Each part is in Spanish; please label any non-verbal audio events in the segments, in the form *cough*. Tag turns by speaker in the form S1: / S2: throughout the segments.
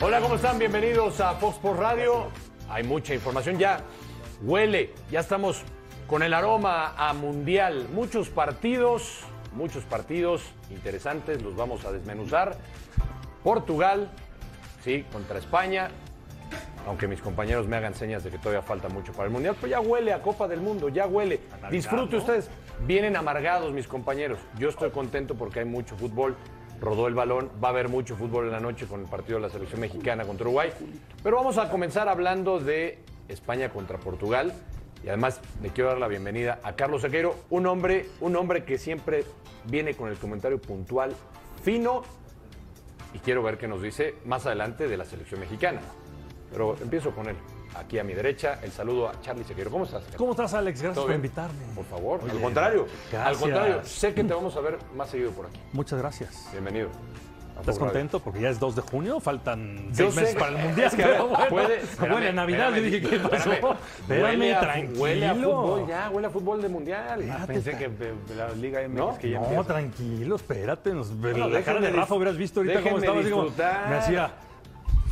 S1: Hola, ¿cómo están? Bienvenidos a Fox Sports Radio. Hay mucha información ya. Huele, ya estamos con el aroma a mundial. Muchos partidos, muchos partidos interesantes, los vamos a desmenuzar. Portugal, sí, contra España. Aunque mis compañeros me hagan señas de que todavía falta mucho para el mundial, pero ya huele a Copa del Mundo, ya huele. Disfrute ustedes. Vienen amargados mis compañeros. Yo estoy contento porque hay mucho fútbol rodó el balón. Va a haber mucho fútbol en la noche con el partido de la selección mexicana contra Uruguay. Pero vamos a comenzar hablando de España contra Portugal. Y además le quiero dar la bienvenida a Carlos Saquero, un hombre, un hombre que siempre viene con el comentario puntual, fino. Y quiero ver qué nos dice más adelante de la selección mexicana. Pero empiezo con él. Aquí a mi derecha, el saludo a Charlie Sequero. ¿Cómo estás? Carlos?
S2: ¿Cómo estás, Alex? Gracias
S1: ¿Todo
S2: por
S1: bien?
S2: invitarme.
S1: Por favor, al
S2: Oye,
S1: contrario. Al
S2: gracias.
S1: contrario, sé que te vamos a ver más seguido por aquí.
S2: Muchas gracias.
S1: Bienvenido. a
S2: ¿Estás
S1: Fox Radio.
S2: contento? Porque ya es 2 de junio, faltan
S1: Yo
S2: 6
S1: sé
S2: meses
S1: que-
S2: para el
S1: *laughs*
S2: Mundial.
S1: es que, a ver,
S2: pero bueno,
S1: puede-
S2: Bueno,
S1: espérame,
S2: en Navidad
S1: espérame,
S2: yo dije, ¿qué pasó?
S1: espérame.
S2: Espérame,
S1: Huele a-
S2: tranquilo.
S1: Huele a fútbol ya, huele a fútbol de mundial.
S2: Ah,
S3: Pensé
S2: te-
S3: que de- de la Liga MX
S1: No,
S3: que ya
S2: no,
S3: empieza.
S2: tranquilo, espérate. Nos, la cara
S1: déjenme
S2: de
S1: dis-
S2: Rafa hubieras visto ahorita cómo
S1: déjenme
S2: estaba. así como,
S1: disfrutar.
S2: me hacía,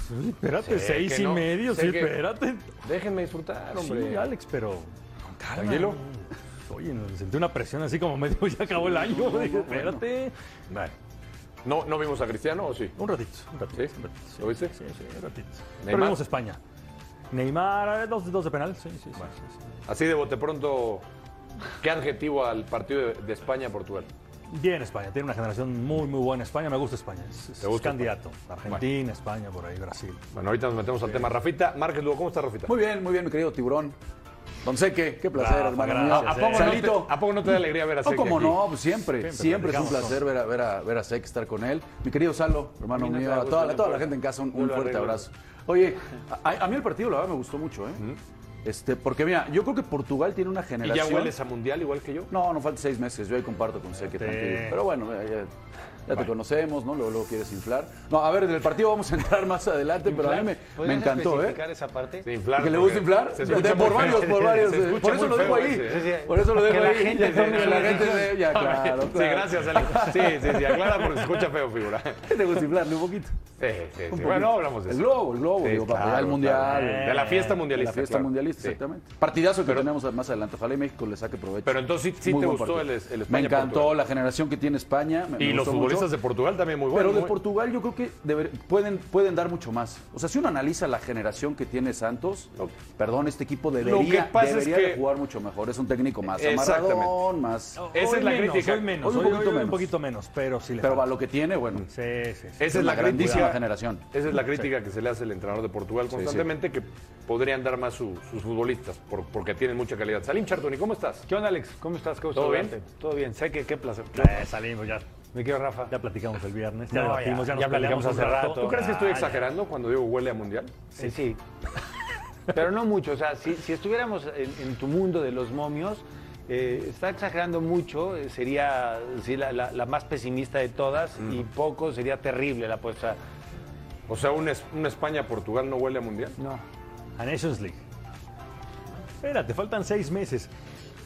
S2: "Sí, espérate,
S1: Sé
S2: seis
S1: que
S2: y
S1: no,
S2: medio,
S1: sé
S2: sí,
S1: que-
S2: espérate.
S1: Déjenme disfrutar, hombre.
S2: Sí, Alex, pero con calma.
S1: Tranquilo.
S2: Oye, nos sentí una presión así como medio, *laughs* ya acabó el año. dije, espérate.
S1: Vale. ¿No, ¿No vimos a Cristiano o sí?
S2: Un ratito, un ratito.
S1: ¿Sí?
S2: un ratito,
S1: ¿Lo viste?
S2: Sí, sí, un ratito.
S1: ¿Neymar?
S2: Pero vimos España. Neymar, eh, dos, dos de penal. Sí, sí, sí, sí, sí.
S1: Así de bote pronto, ¿qué adjetivo al partido de, de España-Portugal?
S2: Bien España, tiene una generación muy, muy buena. España, me gusta España. Es, es-
S1: ¿Te gusta
S2: es candidato. Argentina, España, por ahí, Brasil.
S1: Bueno, ahorita nos metemos al tema. Rafita, Márquez Lugo, ¿cómo está Rafita?
S4: Muy bien, muy bien, mi querido tiburón. Don Seque, qué placer,
S2: Rafa,
S4: hermano.
S2: gracias,
S4: mío.
S2: ¿A- a
S1: ¿A, poco
S4: Salito.
S1: no te, eh. ¿A poco no te da alegría ver a
S4: No,
S1: Seque
S4: como
S1: aquí?
S4: no, pues siempre, siempre es un
S2: platicamos,
S4: placer ver a, ver a, ver a Seque, estar con él. Mi querido Salo, hermano
S1: A mí no
S4: mío,
S1: me
S4: a
S1: gusta,
S4: toda,
S1: no
S4: a toda la
S1: puedo.
S4: gente en casa, un,
S1: Yo
S4: un
S1: lo
S4: fuerte
S1: arreglo.
S4: abrazo. Oye, a, a mí el partido, la verdad, me gustó mucho, ¿eh? Este, porque mira, yo creo que Portugal tiene una
S1: ¿Y ya
S4: generación.
S1: hueles a mundial igual que yo?
S4: No, no falta seis meses. Yo ahí comparto con Seque, tranquilo. Pero bueno, ya, ya- ya te conocemos, ¿no? Luego, luego quieres inflar. No, a ver, en el partido vamos a entrar más
S1: *laughs*
S4: adelante, pero a mí me- me,
S3: ¿Podrías
S4: encantó, ¿eh?
S3: especificar esa parte?
S1: De inflar,
S4: ¿Que le
S1: porque
S4: gusta inflar?
S1: se
S4: De-
S1: escucha
S4: por
S1: muy feo.
S4: varios, por
S1: *laughs*
S4: varios.
S1: Se
S4: eh,
S1: escucha
S4: por eso
S1: muy
S4: lo dejo
S1: feo
S4: ahí.
S1: ese.
S3: ese.
S4: Por eso lo
S3: Para
S4: dejo
S3: que
S4: ahí.
S3: la gente
S4: Ya,
S3: se-
S4: que la gente se- Ya, claro.
S1: Sí,
S4: claro.
S1: gracias, Alex. Sí, sí, sí, aclara porque se escucha feo, figura.
S4: ¿Qué te gusta inflarle un poquito?
S1: Sí, sí,
S4: Un
S1: sí.
S4: poquito.
S1: Bueno, no hablamos de
S4: El
S1: eso.
S4: globo, el globo,
S1: Sí,
S4: digo, para
S1: claro,
S4: el mundial.
S1: claro.
S4: eh,
S1: De la fiesta
S4: de
S1: mundialista.
S4: la fiesta
S1: claro.
S4: mundialista,
S1: Sí.
S4: exactamente. Partidazo que tenemos más adelante. Ojalá y México le saque provecho.
S1: Pero entonces sí- sí
S4: Muy
S1: te
S4: buen
S1: gustó
S4: partido.
S1: el- el
S4: Me
S1: España-Portugal.
S4: encantó la generación que tiene España. me- me
S1: Y los
S4: gustó
S1: futbolistas
S4: mucho.
S1: de Portugal también muy buenos.
S4: Pero de
S1: muy-
S4: Portugal yo creo que deber- pueden, pueden dar mucho más. O sea, si uno analiza la generación que tiene Santos, perdón, este equipo debería,
S1: que pasa es
S4: debería
S1: que-
S4: de jugar mucho mejor. Es un técnico más
S1: Exactamente.
S4: amarradón, más...
S1: Esa
S2: Hoy
S1: es la
S2: menos,
S1: crítica.
S2: Hoy menos,
S4: Hoy
S2: hoy-
S4: un
S2: hoy- hoy un,
S4: poquito
S2: poquito
S4: menos.
S2: menos, pero sí le
S4: Pero
S2: falta.
S4: a lo que tiene, bueno, es
S2: Sí, sí, sí.
S1: Esa es
S4: una
S1: la
S4: grandísima
S1: crítica.
S4: generación.
S1: Esa es la crítica que se le hace al entrenador de Portugal constantemente, que podrían dar más su- sus futbolistas, por- porque tienen mucha calidad. Salim Chartoni, ¿cómo estás?
S3: ¿Qué onda, Alex? ¿Cómo estás? Qué gusto
S1: ¿Todo bien?
S3: verte. Todo bien. Sé que qué placer.
S2: Eh, salimos ya.
S3: Me quiero Rafa.
S2: Ya platicamos el viernes,
S3: No,
S2: ya debatimos, ya,
S3: ya-
S2: nos
S3: ya
S2: peleamos
S3: platicamos
S2: hace
S3: hace
S2: rato.
S3: rato.
S1: ¿Tú crees que estoy
S2: Ah,
S1: exagerando cuando digo huele a mundial?
S3: Sí, sí. *laughs* Pero no mucho. O sea, si, si estuviéramos en, en tu mundo de los momios, eh, está exagerando mucho. eh, Sería sí, la, la- la más pesimista de todas y poco sería terrible la apuesta.
S1: O sea, un, es- un España-Portugal no huele a mundial.
S3: No.
S2: A Nations League. Espérate, faltan seis meses.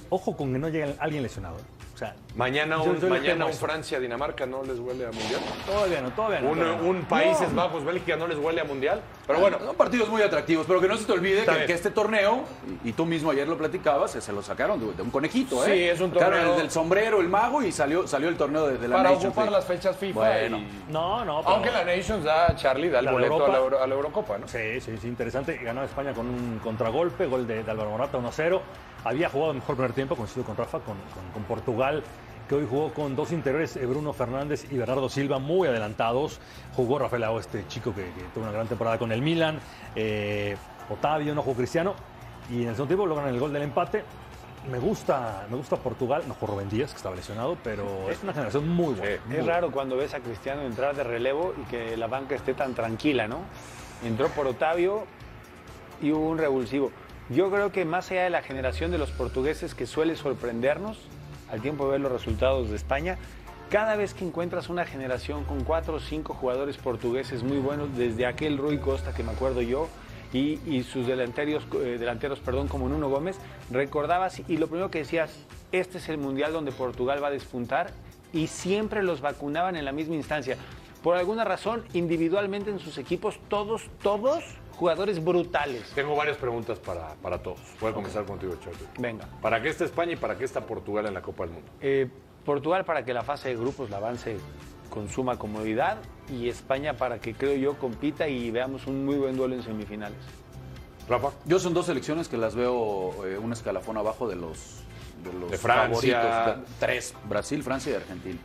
S2: Ojo con que no llegue alguien lesionado. O sea,
S1: Mañana
S2: Yo-
S1: un,
S2: yo le
S1: mañana
S2: temo
S1: un
S2: eso.
S1: Francia-Dinamarca no les huele a mundial.
S2: todavía no, todavía no.
S1: Un,
S2: todavía no.
S1: un Países Bajos-Bélgica no les huele a mundial. Pero bueno,
S4: Son Ah, partidos muy atractivos, pero que no se te olvide
S1: bien.
S4: que, que este torneo, y, y tú mismo ayer lo platicabas, se, se lo sacaron de, de un conejito,
S1: Sí,
S4: ¿eh?
S1: es un
S4: Sacaron
S1: torneo-
S4: el del sombrero, el mago, y salió, salió el torneo de, de la
S1: para
S4: Nations
S1: ocupar
S4: League.
S1: las fechas FIFA.
S4: Bueno.
S1: y-
S2: eh, No, no, pero-
S1: Aunque la Nations da, Charlie, da el
S2: La
S1: boleto
S2: Europa.
S1: a, la Euro- a la Eurocopa, ¿no?
S2: Sí, sí, sí, interesante. Ganó España con un contragolpe, gol de, de Álvaro Morata 1-0. Había jugado mejor primer tiempo, coincido con Rafa, con, con- con Portugal, que hoy jugó con dos interiores, eh, Bruno Fernández y Bernardo Silva, muy adelantados. Jugó Rafael Leao, este chico que, que tuvo una gran temporada con el Milan. Eh, Otavio, no jugó Cristiano. Y en el segundo tiempo logran el gol del empate. Me gusta, me gusta Portugal, no jugó Rubén Díaz, que estaba lesionado, pero es una generación muy buena. muy
S3: Es raro cuando ves a Cristiano entrar de relevo y que la banca esté tan tranquila, ¿no? Entró por Otavio y hubo un revulsivo. Yo creo que más allá de la generación de los portugueses que suele sorprendernos, al tiempo de ver los resultados de España, cada vez que encuentras una generación con cuatro o cinco jugadores portugueses muy buenos, desde aquel Rui Costa que me acuerdo yo, y, y sus delanteros, eh, delanteros perdón, como Nuno Gómez, recordabas y lo primero que decías, este es el mundial donde Portugal va a despuntar y siempre los vacunaban en la misma instancia. Por alguna razón, individualmente en sus equipos, todos, todos jugadores brutales.
S1: Tengo varias preguntas para, para todos. Voy a comenzar contigo, Charlie.
S3: Venga.
S1: ¿Para qué está España y para qué está Portugal en la Copa del Mundo?
S3: Eh, Portugal para que la fase de grupos la avance con suma comodidad y España para que creo yo compita y veamos un muy buen duelo en semifinales.
S1: Rafa.
S4: Yo son dos selecciones que las veo eh, un escalafón abajo de los, de los
S1: De Francia.
S4: favoritos. Da- Tres, Brasil, Francia y Argentina.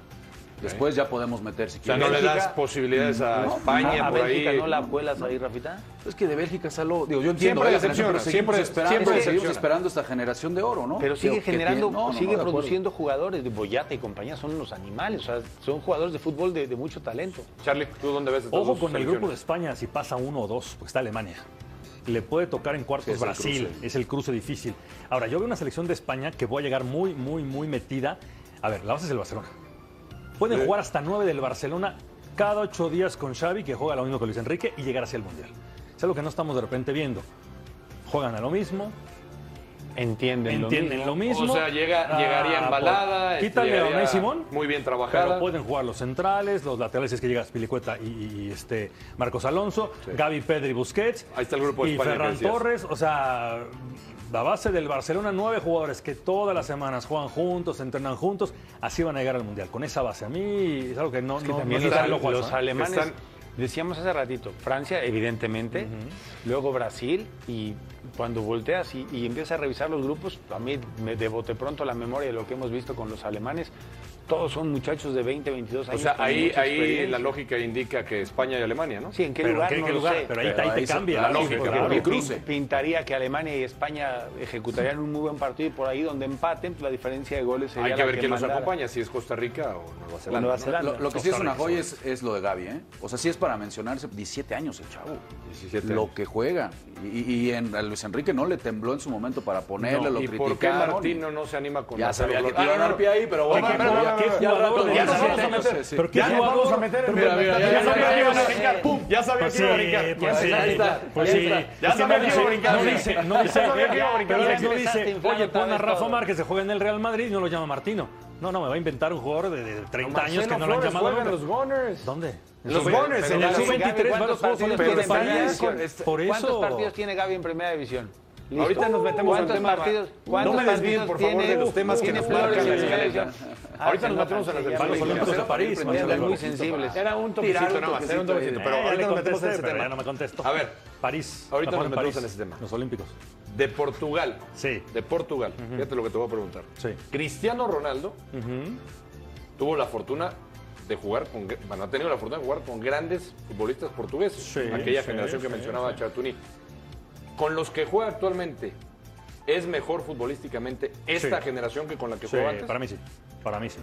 S4: Después ya podemos meter si
S1: O sea,
S4: quieren.
S1: ¿no le
S3: Bélgica-
S1: das posibilidades a
S4: No,
S1: España
S3: a, a
S1: por
S3: Bélgica
S1: ahí?
S3: no la vuelas ahí, Rafita?
S4: Es que de Bélgica salo, digo, yo entiendo.
S1: Siempre
S4: ¿eh? La
S1: decepciona,
S4: generación, pero seguimos
S1: siempre-
S4: esperando,
S1: siempre
S4: seguimos
S1: decepciona.
S4: esperando esta generación de oro, ¿no?
S3: Pero sigue
S4: Digo, que
S3: generando,
S4: tiene- no, no, no,
S3: sigue
S4: de acuerdo.
S3: produciendo jugadores de Boyata y compañía, son unos animales, o sea, son jugadores de fútbol de, de mucho talento.
S1: Charlie, ¿tú dónde ves? estas
S2: Ojo
S1: dos
S2: con el
S1: selecciones?
S2: grupo de España si pasa uno o dos, porque está Alemania. Le puede tocar en cuartos
S4: Sí, es el
S2: Brasil,
S4: cruce.
S2: es el cruce difícil. Ahora, yo veo una selección de España que voy a llegar muy, muy, muy metida. A ver, la base es el Barcelona. Pueden jugar hasta nueve del Barcelona cada ocho días con Xavi, que juega lo mismo que Luis Enrique, y llegar hacia el Mundial. Es algo que no estamos de repente viendo. Juegan a lo mismo,
S3: Entienden,
S2: entienden lo mismo.
S1: O sea, llega, llegaría
S2: Ah,
S1: embalada.
S2: por-
S1: este,
S2: Quítale a
S1: llegaría
S2: Unai Simón.
S1: Muy bien
S2: Pero
S1: trabajada.
S2: pueden jugar los centrales, los laterales es que llega Pilicueta y, y, este Marcos Alonso, Gaby Pedri Busquets.
S1: Ahí está el grupo de
S2: Y
S1: España que
S2: Ferran
S1: decías.
S2: Torres, o sea, la base del Barcelona, nueve jugadores que todas las semanas juegan juntos, entrenan juntos, así van a llegar al Mundial. Con esa base, a mí es algo que no, no,
S3: También
S2: no
S3: los,
S2: está en el ojo,
S3: los
S2: ¿eh?
S3: alemanes,
S1: Están-
S3: decíamos hace ratito, Francia, evidentemente, luego Brasil, y cuando volteas y, y empiezas a revisar los grupos, a mí me debote pronto la memoria de lo que hemos visto con los alemanes, todos son muchachos de 20, 22
S1: O
S3: años.
S1: sea,
S3: con
S1: ahí,
S3: mucha
S1: ahí
S3: experiencia.
S1: la lógica indica que España y Alemania, ¿no?
S3: Sí, ¿en qué
S2: Pero
S3: lugar?
S2: ¿en
S3: no
S2: qué
S3: lo
S2: lugar?
S3: sé.
S2: Pero ahí,
S4: Pero
S2: ahí
S4: ahí
S2: te
S4: se-
S2: cambia
S4: la
S2: la lógica.
S4: lógica,
S2: claro.
S4: el cruce.
S3: Pintaría que Alemania y España ejecutarían un muy buen partido y por ahí donde empaten, pues la diferencia de goles sería
S1: Hay que
S3: la
S1: ver quién los
S3: mandara.
S1: acompaña, si es Costa Rica o Nueva Zelanda.
S3: Nueva
S1: ¿no?
S3: Zelanda.
S4: Lo, lo que sí es una
S2: Costa
S4: joya es, es lo de Gaby, ¿eh? O sea, sí es para mencionarse, 17 años el chavo.
S1: 17
S4: Lo
S1: años.
S4: que juega. Y, y en a Luis Enrique no le tembló en su momento para ponerle, lo
S1: ¿Y por qué
S4: criticaron.
S1: Martino no se anima con
S4: Ya
S1: Marcelo
S4: sabía que
S1: Flores?
S4: te iban a dar pie ahí, pero bueno.
S1: Oye, espérame,
S4: ya-
S1: espérame, espérame.
S4: ya al rato
S2: Ya
S4: de
S2: nos vamos a
S4: 17 años,
S2: meter.
S4: sí.
S2: Pero qué jugador- pero-
S4: Mira, mira, ya-
S1: Ya
S4: ya-
S1: sabía que
S4: ya-
S1: iban a brincar, pum, ya sabía
S2: Pues
S1: que
S2: sí,
S1: iban a brincar.
S2: pues sí,
S4: ahí está,
S2: pues
S4: ahí
S2: sí.
S4: está.
S2: Ya
S1: sabía que iba a brincar.
S2: No dice, no dice,
S1: Ya sabía que iba a brincar.
S2: pero Alex no
S3: Regresaste
S2: dice,
S3: inflado
S2: oye,
S3: otra
S2: pon a
S3: vez
S2: Rafa
S3: todo".
S2: Márquez, se juega en el Real Madrid y no lo llama Martino. No, no, me va a inventar un jugador de, de 30 años que no lo han llamado. nunca.
S1: Gunners.
S2: ¿Dónde?
S1: Los
S2: Pero-
S1: Gunners,
S2: pero
S1: en
S2: la
S1: el
S2: sub-23 va a los
S3: ¿Cuántos
S2: Juegos
S3: partidos
S2: Olímpicos de
S3: tiene Gaby?
S2: París.
S3: ¿Cuántos-
S1: Este,
S2: Por
S3: ¿Cuántos
S2: eso.
S3: partidos tiene Gaby en primera división? Listo.
S1: Ahorita nos metemos en
S3: ¿Cuántos
S1: tema-
S3: partidos?
S1: No
S3: ¿Cuántos
S1: me desvíen,
S3: partidos
S1: por favor,
S3: tiene-
S1: de los temas que
S3: tiene
S1: nos marcan
S3: Flores en
S1: la
S3: primera
S1: escaleta.
S3: división?
S1: Ahorita
S3: Ah,
S1: nos metemos en
S3: sí,
S1: las
S3: ya
S1: del
S3: me
S2: Van los
S1: Sí,
S2: Olímpicos de
S1: ya.
S2: París.
S4: Aprendiendo
S2: Marcelo
S3: muy
S2: Flores.
S3: sensibles.
S1: Era un
S4: Tirar
S1: toquecito
S4: un
S1: nada más, era un
S4: toquecito,
S1: toquecito.
S4: eh,
S1: Pero
S2: Eh, ya le
S1: ahorita nos metemos en
S2: contesté,
S1: ese
S2: pero Ya no
S1: tema.
S2: me contesto.
S1: A ver,
S2: París.
S1: ahorita
S2: la juegan
S1: nos metemos en ese tema.
S2: Los Olímpicos.
S1: de Portugal.
S2: Sí.
S1: De Portugal. Fíjate lo que te voy a preguntar.
S2: Sí.
S1: Cristiano Ronaldo tuvo la fortuna de jugar con. gr- Bueno, ha tenido la fortuna de jugar con grandes futbolistas portugueses.
S2: Sí,
S1: aquella
S2: sí,
S1: generación que
S2: sí,
S1: mencionaba Chartuní. Con los que juega actualmente, ¿es mejor futbolísticamente esta
S2: Sí.
S1: generación que con la que
S2: Sí,
S1: jugaba antes?
S2: para mí sí. Para mí sí.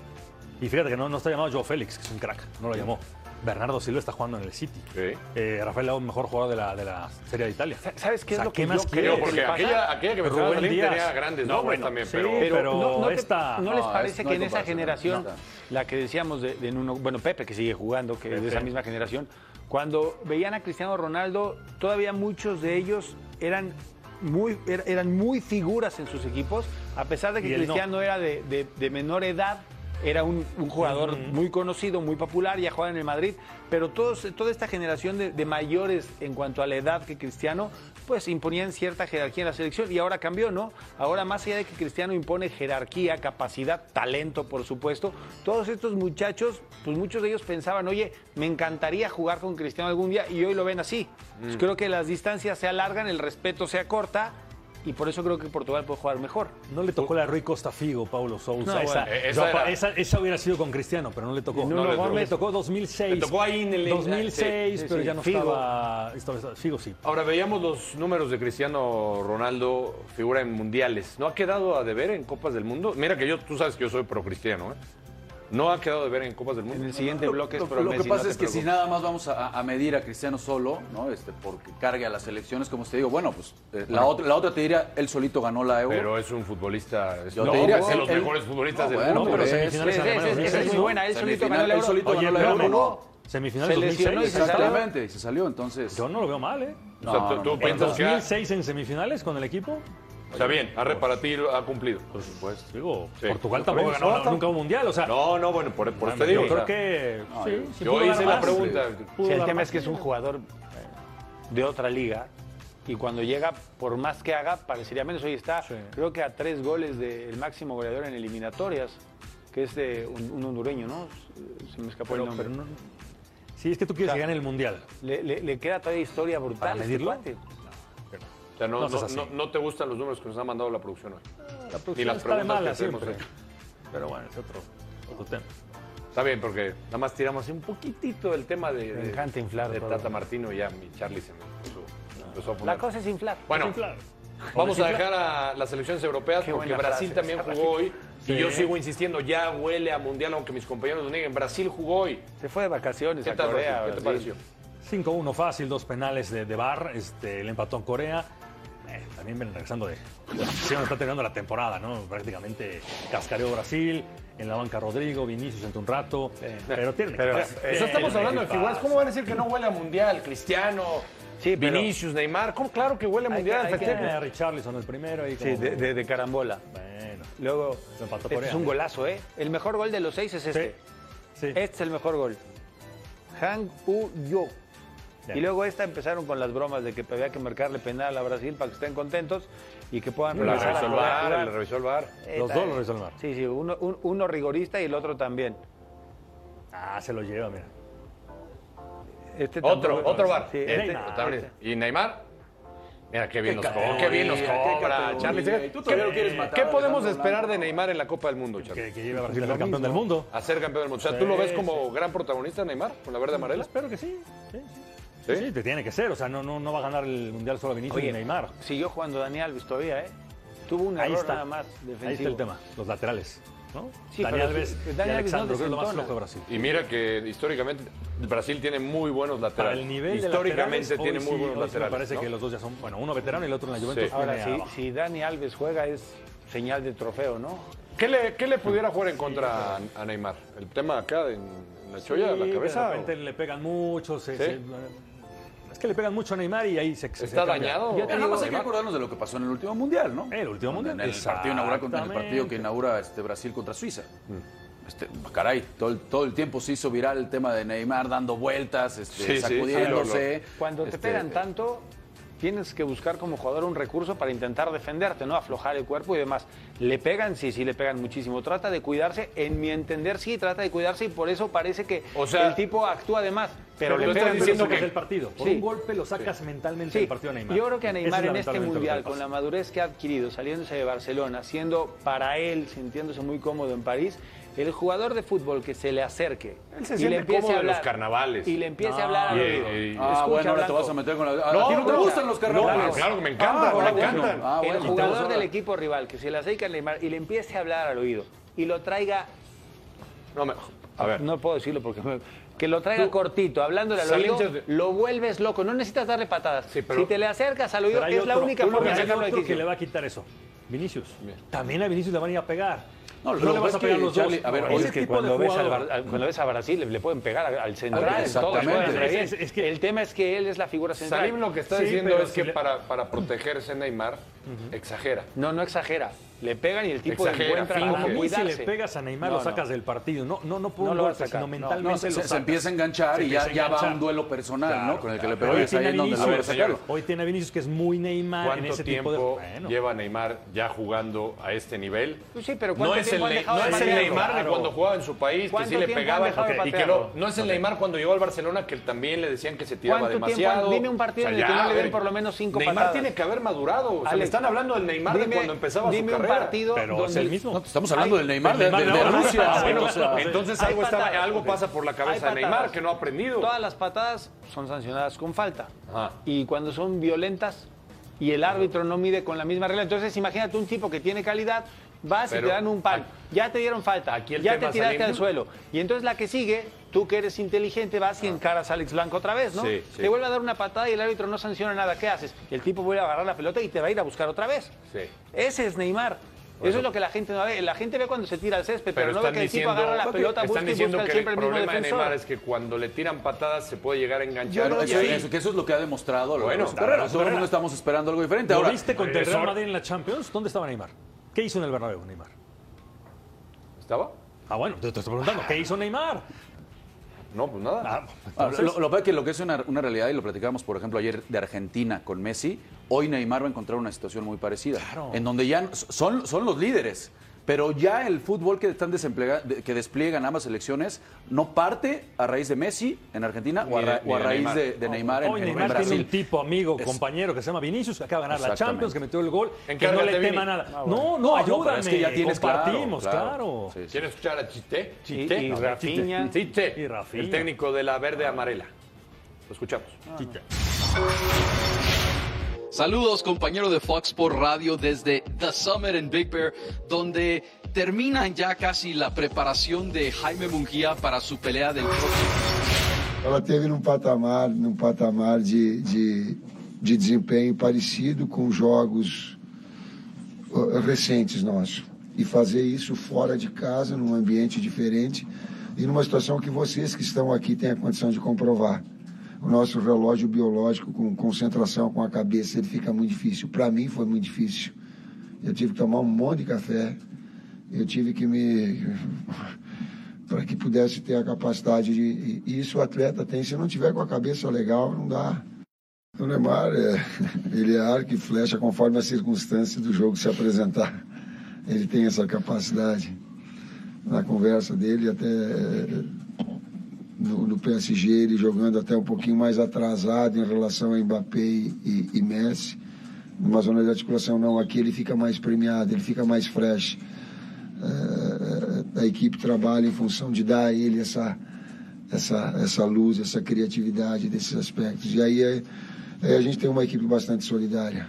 S2: Y fíjate que no, no está llamado Joe Félix, que es un crack. No lo llamó. Bernardo Silva está jugando en el City.
S1: Sí.
S2: Eh, Rafael Leao, mejor jugador de la, de la Serie de Italia.
S3: ¿Sabes qué es
S2: O sea,
S3: lo que yo
S2: más
S3: creo?
S2: quieres?
S1: Digo, porque
S3: ¿Pasa?
S1: aquella, aquella que mencionaba
S2: Rubén
S1: Salim tenía
S2: Díaz.
S1: grandes
S2: No,
S1: nombres
S2: bueno,
S1: también,
S2: sí,
S1: pero.
S2: pero-
S3: no, no te-
S2: esta-
S3: ¿no les
S4: no,
S3: parece
S4: es- no
S3: que
S4: hay
S3: en esa
S4: comparación,
S3: generación,
S4: nada.
S3: la que decíamos de, de Nuno- bueno, Pepe que sigue jugando, que es de esa misma generación, cuando veían a Cristiano Ronaldo, todavía muchos de ellos eran muy, er- eran muy figuras en sus equipos, a pesar de
S2: Y
S3: que
S2: él no.
S3: Cristiano era de, de- de menor edad. Era un, un jugador muy conocido, muy popular, ya jugaba en el Madrid, pero todos, toda esta generación de, de mayores en cuanto a la edad que Cristiano, pues imponían cierta jerarquía en la selección y ahora cambió, ¿no? Ahora más allá de que Cristiano impone jerarquía, capacidad, talento, por supuesto, todos estos muchachos, pues muchos de ellos pensaban, oye, me encantaría jugar con Cristiano algún día y hoy lo ven así. Pues creo que las distancias se alargan, el respeto se acorta y por eso creo que Portugal puede jugar mejor.
S2: No le tocó la Rui Costa Figo, Paulo Sousa.
S3: No,
S2: esa,
S3: bueno,
S1: esa
S2: esa-
S1: era-
S2: esa- esa hubiera sido con Cristiano, pero no le tocó.
S3: No, no,
S2: le,
S3: no,
S2: tocó.
S3: no.
S2: Le tocó 2006.
S1: Le tocó ahí en el-
S2: 2006,
S3: sí, sí,
S2: pero
S3: sí.
S2: ya no
S3: Figo.
S2: estaba, estaba- estaba- Figo sí.
S1: Ahora veíamos los números de Cristiano Ronaldo, figura en mundiales. ¿No ha quedado a deber en Copas del Mundo? Mira que yo, tú sabes que yo soy pro cristiano, ¿eh? No ha quedado a deber en Copas del Mundo.
S3: En el siguiente bloque es
S4: Lo,
S3: pro
S4: lo que
S3: Messi,
S4: pasa
S3: no
S4: es
S3: te
S4: que si
S3: preocupes.
S4: nada más vamos a, a medir a Cristiano solo, ¿no? Este, porque cargue a las elecciones, como te digo, bueno, pues eh, la, otra, la otra te diría, él solito ganó la Euro.
S1: Pero es un futbolista. Es
S4: Yo
S1: no,
S4: te diría
S1: es
S4: que
S1: de los
S4: él-
S1: mejores futbolistas
S4: No,
S1: del
S4: bueno,
S1: mundo.
S4: pero
S1: ¿eh?
S4: es-
S3: Esa es,
S2: Semifinales
S3: es-
S2: a la
S3: es-
S2: Euro,
S3: es muy
S2: ¿no?
S3: buena, él solito
S4: Semifinal,
S3: ganó el
S4: él
S3: euro.
S4: solito
S3: Oye,
S4: ganó la
S3: pero
S4: Euro,
S3: jugó.
S2: Semifinales
S3: Se lesionó y
S2: 2006.
S3: se salió.
S4: Exactamente, y se salió, entonces.
S2: Yo no lo veo mal, ¿eh?
S1: O sea,
S4: No,
S1: tú,
S4: no,
S1: tú
S4: no.
S2: En
S1: piensas que. ha-
S2: 2006 en semifinales con el equipo.
S1: Está bien, ha repartido, ha cumplido.
S2: Pues digo,
S1: Sí.
S2: Portugal
S1: Nunca
S2: tampoco ganó
S1: había ganado
S2: la-
S1: la-
S2: nunca un mundial, o sea,
S1: No, no, bueno, por, por eso te digo.
S2: yo
S1: o sea,
S2: creo que sí, sí
S1: yo
S2: pudo
S1: hice
S2: dar
S1: la
S2: más.
S1: pregunta.
S2: Pudo
S3: Sí, el
S2: dar
S3: tema
S2: más.
S3: es que es un jugador eh, de otra liga y cuando llega, por más que haga, parecería menos. Hoy está,
S2: Sí.
S3: creo que a tres goles del máximo goleador en eliminatorias, que es de un, un hondureño, ¿no? Se me escapó el
S2: Pero,
S3: nombre.
S2: pero no- sí, es que tú quieres que gane el mundial.
S3: le, le- le queda todavía historia brutal.
S2: ¿Para
S3: a este
S2: medirlo?
S3: cuate.
S1: O sea, no,
S2: No seas
S1: no-
S2: así.
S1: no- no te gustan los números que nos ha mandado la producción hoy.
S3: Ah,
S2: La
S1: Ni
S2: producción está
S1: las
S2: de
S1: preguntas
S2: mala
S1: que te hemos
S2: siempre.
S1: hecho.
S2: Pero bueno, es otro, otro tema.
S1: Está bien, porque nada más tiramos así un poquitito el tema de,
S3: Me
S1: de-
S3: encanta inflar,
S1: de
S3: por
S1: Tata
S3: favor.
S1: Martino y ya mi Charlie se me puso, empezó a poner.
S3: La cosa es inflar.
S1: bueno,
S2: Claro.
S1: vamos a dejar a las selecciones europeas
S3: Qué
S1: porque
S3: buena
S1: Brasil
S3: frase,
S1: también
S3: esa,
S1: jugó hoy. Y yo sigo insistiendo, ya huele a mundial, aunque mis compañeros lo nieguen. Brasil jugó hoy.
S3: Se fue de vacaciones
S1: ¿Qué
S3: a
S1: tal,
S3: Corea.
S1: Rafa? ¿Qué te
S3: Brasil.
S1: pareció?
S2: 5-1 fácil, dos penales de, de Bar, este, el empató en Corea. Eh, también ven regresando de. Sí, nos está terminando la temporada, ¿no? Prácticamente cascareó Brasil, en la banca Rodrigo, Vinicius entre un rato.
S3: Eh,
S2: Pero tiene.
S1: Eso Pues, estamos hablando de figuras. ¿Cómo van a decir que no huele a mundial? Cristiano,
S3: Sí, pero-
S1: Vinicius, Neymar. ¿Cómo? Claro que huele a
S3: Hay que-
S1: mundial.
S3: hay que-
S1: festejo.
S2: Eh, Richarlison el primero ahí
S3: Sí,
S2: como-
S3: de, de- de carambola.
S2: Bueno.
S3: Luego,
S2: Lo empató
S3: este
S2: Corea,
S3: es un
S2: ¿eh?
S3: golazo, ¿eh? El mejor gol de los seis es este.
S2: Sí.
S3: Este es el mejor gol. Han U Yo.
S2: Ya.
S3: Y luego esta empezaron con las bromas de que había que marcarle penal a Brasil para que estén contentos y que puedan
S1: La
S3: regresar a
S1: revisó el
S3: jugar.
S1: VAR, la revisó el VAR.
S3: Eh,
S2: Los
S3: está-
S2: dos lo revisó el VAR.
S3: Sí, sí, uno, un- uno rigorista y el otro también.
S2: Ah, se lo lleva, mira.
S3: Este
S1: Otro,
S3: tampoco-
S1: otro bar.
S3: Sí,
S1: Este,
S3: este-
S2: Neymar.
S1: totalmente. ¿Y Neymar? Mira, qué bien los cobra.
S4: categoría,
S1: Qué bien los
S4: qué
S1: cobra,
S4: categoría.
S1: Charlie.
S4: Y tú todavía lo quieres matar,
S1: ¿Qué podemos
S4: Alejandro
S1: esperar de
S4: Blanco?
S1: Neymar en la Copa del Mundo,
S2: Que,
S1: Charlie?
S2: que lleve a Brasil a ser campeón del mundo.
S1: A ser campeón del mundo. O sea, ¿tú
S2: Sí,
S1: lo ves como gran protagonista, Neymar, con la verde
S2: Yo
S1: amarela?
S2: espero que sí. Sí, sí.
S1: ¿Sí?
S2: Sí, te tiene que ser. O sea, no, no, no va a ganar el mundial solo Vinicius
S3: Oye,
S2: ni Neymar.
S3: Siguió jugando Dani Alves todavía, ¿eh? Tuvo un
S2: Ahí
S3: error
S2: está.
S3: nada más defensivo.
S2: Ahí está el tema, los laterales. ¿no?
S3: Sí,
S2: Dani
S3: pero
S2: Alves
S3: sí,
S2: y
S3: Dani Alves no
S2: Alexandro, que es lo más
S3: desentona.
S2: flojo de Brasil.
S1: Y mira que históricamente Brasil tiene muy buenos
S2: Para
S1: laterales.
S2: el nivel de
S1: históricamente
S2: laterales,
S1: tiene
S2: hoy
S1: muy
S2: sí-
S1: buenos
S2: hoy sí
S1: laterales.
S2: Me parece
S1: ¿no?
S2: que los dos ya son, bueno, uno veterano y el otro en la Juventus.
S1: Sí.
S3: Ahora,
S2: viene
S3: si,
S2: abajo.
S3: si Dani Alves juega es señal de trofeo, ¿no?
S1: ¿Qué, le, qué le pudiera jugar en contra a, a Neymar? ¿El tema acá en, en la cholla,
S2: Sí,
S1: la
S2: De
S1: cabeza?
S2: repente le pegan mucho. se-
S1: ¿Sí?
S2: se- es que le pegan mucho a Neymar y ahí se se
S1: ¿Está
S2: cambia.
S1: dañado?
S4: Ya nada más hay que
S1: Neymar?
S4: acordarnos de lo que pasó en el último mundial, ¿no?
S2: El último mundial,
S4: En el partido inaugural contra el partido
S2: exactamente. Mm.
S4: que inaugura este Brasil contra Suiza. Este, caray, todo el, todo el tiempo se hizo viral el tema de Neymar dando vueltas, este,
S1: Sí, sí,
S2: Ah,
S4: sacudiéndose.
S3: Cuando te
S4: Este,
S1: eh,
S3: pegan tanto, tienes que buscar como jugador un recurso para intentar defenderte, ¿no? Aflojar el cuerpo y demás. Le pegan, sí, sí, le pegan muchísimo. Trata de cuidarse, en mi entender, sí, trata de cuidarse y por eso parece que
S1: O sea,
S3: el tipo actúa de más. Pero,
S1: pero
S3: le
S1: tú estás
S3: pegan.
S1: diciendo
S3: pero-
S1: que-
S2: del partido. Por
S3: Sí.
S2: un golpe lo sacas mentalmente
S3: Sí,
S2: del partido a Neymar.
S3: Yo creo que a
S2: Eso es
S3: Neymar en este
S2: lamentablemente lo que
S3: mundial,
S2: le
S3: con
S2: pasa.
S3: la madurez que ha adquirido, saliéndose de Barcelona, siendo para él, sintiéndose muy cómodo en París, el jugador de fútbol que se le acerque
S1: Él se siente cómodo en los carnavales.
S3: y le empiece a hablar, al
S1: Y-
S3: oído.
S1: y-
S4: Ah, bueno, ahora
S3: Blanco.
S4: te vas a meter con la. ¿A ti no te
S1: no,
S4: gustan los carnavales? Ah,
S1: no, claro que me encantan,
S4: bueno,
S1: me encantan.
S4: bueno. Ah, bueno.
S3: el jugador del equipo rival que se le acerque a Neymar y le empiece a hablar al oído y lo traiga,
S1: No, me- a ver.
S3: no puedo decirlo porque me- que lo traiga cortito, hablándole al
S1: Salen
S3: oído,
S1: de-
S3: lo vuelves loco, no necesitas darle patadas.
S1: Sí, pero-
S3: si te le acercas al
S2: Pero
S3: oído,
S2: hay
S3: es la
S2: otro,
S3: única
S2: uno
S3: forma de
S2: que hay
S3: sacarlo de
S2: otro que
S3: quicio.
S2: le va a quitar eso. Vinicius. También a Vinicius le van a ir a pegar.
S4: No,
S2: No
S4: lo
S2: le
S4: que
S2: vas
S4: pasa
S2: a
S4: es que,
S2: pegar los
S4: Charlie,
S2: dos.
S4: a ver,
S2: No,
S4: oye,
S3: Oye,
S4: Ese
S3: es que
S2: tipo
S3: cuando
S2: de
S3: ves, al
S2: jugador-
S3: Bar- al- cuando ves a Brasil, le, le pueden pegar al, al central.
S4: Exactamente.
S3: todos pueden reír.
S2: Es- es- es que-
S3: El tema es que él es la figura central.
S1: Salim lo que está
S2: Sí,
S1: diciendo
S2: pero
S1: es
S2: si
S1: que
S2: le-
S1: para, para protegerse Neymar exagera.
S3: No, no exagera. Le pegan y el tipo
S1: Exagera,
S3: encuentra
S1: finge.
S3: cómo
S2: Para mí, si le
S3: cuidarse.
S2: pegas a Neymar,
S3: No,
S2: lo sacas
S3: no.
S2: del partido. No, no, no por
S3: No
S2: un
S3: lo va a
S2: golpe,
S3: sacar.
S2: sino
S3: No,
S2: mentalmente.
S4: No, se,
S2: lo
S4: se- se
S2: sacas.
S4: empieza a enganchar
S2: Se
S4: y ya,
S2: empieza a
S4: ya va
S2: enganchar.
S4: un duelo personal, ¿no? Con el que le
S2: Pero
S4: pegó
S2: hoy
S4: y es ahí
S2: tiene a
S4: en donde
S2: Vinicius.
S4: logra sacarlo.
S2: Hoy tiene a Vinicius que es muy Neymar en
S1: ¿Cuánto
S2: ese tipo
S1: tiempo
S2: de. Bueno.
S1: lleva Neymar ya jugando a este nivel?
S3: Pues sí, pero
S1: No
S3: ¿cuánto
S1: es el,
S3: tiempo han
S1: Ne-
S3: dejado
S1: no
S3: de
S1: es el
S3: patearlo?
S1: Neymar de
S3: Claro.
S1: cuando jugaba en su país, que
S3: ¿Cuánto
S1: sí le
S3: tiempo han
S1: pegaban.
S3: dejado de
S1: y que no,
S3: patearlo?
S1: no es el Neymar cuando llegó al Barcelona, que también le decían que se tiraba
S3: ¿Cuánto tiempo han-
S1: demasiado.
S3: dime un partido en el que
S1: ya,
S3: no le
S1: a
S3: den
S1: ver,
S3: por lo menos cinco
S1: Neymar
S3: patadas.
S1: tiene que haber madurado. O sea,
S3: Ale,
S1: le están hablando del Neymar de
S3: dime-
S1: cuando empezaba
S3: dime
S1: su
S3: un
S1: carrera.
S3: partido
S2: Pero es
S3: donde-
S2: el mismo.
S4: No, te estamos hablando
S3: Ay,
S4: del Neymar, de,
S2: del Neymar
S4: de-
S2: de
S4: de
S2: ahora.
S4: Rusia.
S1: Ah, bueno,
S4: o sea,
S1: entonces
S3: Hay
S1: algo, está-
S3: patadas,
S1: algo
S3: ok.
S1: pasa por la cabeza
S3: Hay
S1: de Neymar
S3: patadas.
S1: que no ha aprendido.
S3: Todas las patadas son sancionadas con falta.
S1: Ajá.
S3: Y cuando son violentas y el árbitro no mide con la misma regla, entonces imagínate un tipo que tiene calidad, vas
S1: Pero-
S3: y te dan un pan. Ya te dieron falta,
S1: Aquí el
S3: ya
S1: tema,
S3: te tiraste
S1: Salim.
S3: al suelo. Y entonces la que sigue, tú que eres inteligente, vas y encaras a Alex Blanco otra vez, ¿no?
S1: Ah. Sí, sí.
S3: Te vuelve a dar una patada y el árbitro no sanciona nada. ¿Qué haces? El tipo vuelve a agarrar la pelota y te va a ir a buscar otra vez.
S1: Sí.
S3: Ese es Neymar. Eso es lo que la gente no ve. La gente ve cuando se tira al césped, pero,
S1: Pero
S3: no ve
S1: están
S3: que el
S1: diciendo,
S3: tipo agarra la pelota, busca
S1: están
S3: y
S1: diciendo
S3: busca
S1: que el
S3: siempre el mismo
S1: problema de
S3: defensor.
S1: Neymar es que cuando le tiran patadas se puede llegar a enganchar.
S4: Claro,
S1: Y
S4: eso,
S1: ahí-
S4: eso- que eso es lo que ha demostrado a lo
S1: Bueno,
S4: largo de su
S1: claro,
S4: carrera.
S1: su
S4: Todo el
S1: carrera.
S4: mundo estamos esperando algo diferente.
S2: ¿Lo
S4: Ahora, eh,
S2: viste contra el Real
S1: regresó.
S2: Madrid en la Champions? ¿Dónde estaba Neymar? ¿Qué hizo en el Bernabéu, Neymar?
S1: ¿Estaba?
S2: Ah, bueno, te, te estoy preguntando, ¿qué hizo Neymar?
S1: No, pues nada.
S2: Ah,
S4: Ah,
S2: entonces,
S4: lo, lo que, pasa es que lo que es una, una realidad, y lo platicamos, por ejemplo, ayer de Argentina con Messi, hoy Neymar va a encontrar una situación muy parecida.
S2: Claro.
S4: En donde ya son, son los líderes, pero ya el fútbol que, están desemplega- de- que despliegan ambas selecciones no parte a raíz de Messi en Argentina o a,
S1: Ni de-
S4: ra-
S1: ni
S4: o a
S1: de
S4: raíz
S1: Neymar.
S4: de, de Neymar en,
S2: hoy
S4: en
S2: Neymar tiene
S4: Brasil.
S2: un tipo, amigo,
S4: Es-
S2: compañero que se llama Vinicius, que acaba de ganar la
S4: Exactamente.
S2: Champions, que metió el gol, que no
S1: Encárgate,
S2: le tema
S1: Vini.
S2: nada.
S1: Ah,
S2: No, no,
S4: No, no,
S2: ayúdame.
S4: pero es que ya tienes claro,
S2: Compartimos,
S4: claro.
S2: claro.
S4: Sí, sí.
S1: ¿Quieres escuchar a Chiste?
S3: Y-
S1: Chiste.
S3: y
S1: No,
S3: Rafinha.
S1: Chiste.
S2: Y Rafinha.
S1: El técnico de la verde amarela. Lo escuchamos.
S4: Ah,
S5: Saludos compañero de Fox por radio desde The Summit en Big Bear, donde terminan ya casi la preparación de Jaime Munguía para su pelea del próximo.
S6: Ela teve num patamar, num patamar de, de, de desempenho parecido com jogos uh, recentes nossos. E fazer isso fora de casa, num ambiente diferente e numa situação que vocês que estão aqui têm a condição de comprovar. O nosso relógio biológico com concentração, com a cabeça, ele fica muito difícil. Para mim foi muito difícil. Eu tive que tomar um monte de café, eu tive que me. para que pudesse ter a capacidade de. E isso o atleta tem. Se não tiver com a cabeça legal, não dá. O Neymar, é, *laughs* ele é arco e flecha conforme a circunstância do jogo se apresentar. Ele tem essa capacidade. Na conversa dele, até é, no, no PSG, ele jogando até um pouquinho mais atrasado em relação a Mbappé e, e Messi. Numa zona de articulação, não. Aqui ele fica mais premiado, ele fica mais fresh. Eh, a equipe trabalha em função de dar a ele essa, essa, essa luz, essa criatividade desses aspectos. E aí, eh, eh, a gente tem uma equipe bastante solidária.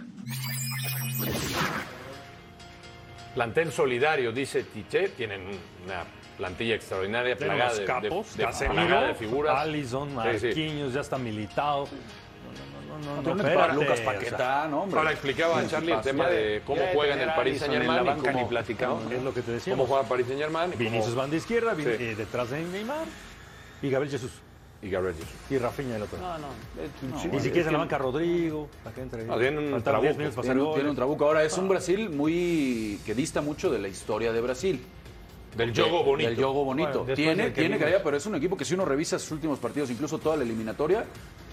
S1: Plantel solidario, dice Tiche. Tienen una plantilla extraordinaria,
S2: Tiene
S1: plagada
S2: los
S1: de,
S2: capos,
S1: de- de-
S2: Casemiro,
S1: plagada de figuras.
S2: Alisson,
S1: Sí, sí.
S2: Marquinhos, ya está militado. No, no, no, no, no,
S4: Para
S2: espérate,
S4: Lucas
S2: o sea,
S4: Paquetá, ¿no, hombre?
S1: Ahora explicaba a Charlie el tema de cómo
S3: ya de
S1: juega en
S3: tener
S1: el
S3: a
S1: Paris
S3: Alisson
S1: Saint Germain.
S3: en la banca
S1: cómo,
S3: ni platicamos.
S1: ¿no?
S2: es lo que te decíamos.
S1: Cómo juega el Paris Saint Germain. y cómo-
S2: Vinicius van de izquierda, Vin-
S1: Sí.
S2: eh, detrás de Neymar y Gabriel Jesús
S1: Y Gabriel Jesus.
S2: y Rafinha del otro. lado.
S3: No, no. eh,
S2: y si quieres en la banca Rodrigo, para que entre.
S1: Ah, tiene
S2: Faltaron
S1: un
S2: 10
S1: trabuco.
S2: minutos para hacer
S4: Tiene,
S2: goles.
S4: tiene
S2: *laughs*
S4: un trabuco. Ahora es un Brasil muy que dista mucho de la historia de Brasil.
S1: Del yogo bonito.
S4: El yogo bonito.
S3: después
S4: tiene
S3: del que
S4: tiene
S3: vimos.
S4: calidad, pero es un equipo que si uno revisa sus últimos partidos, incluso toda la eliminatoria,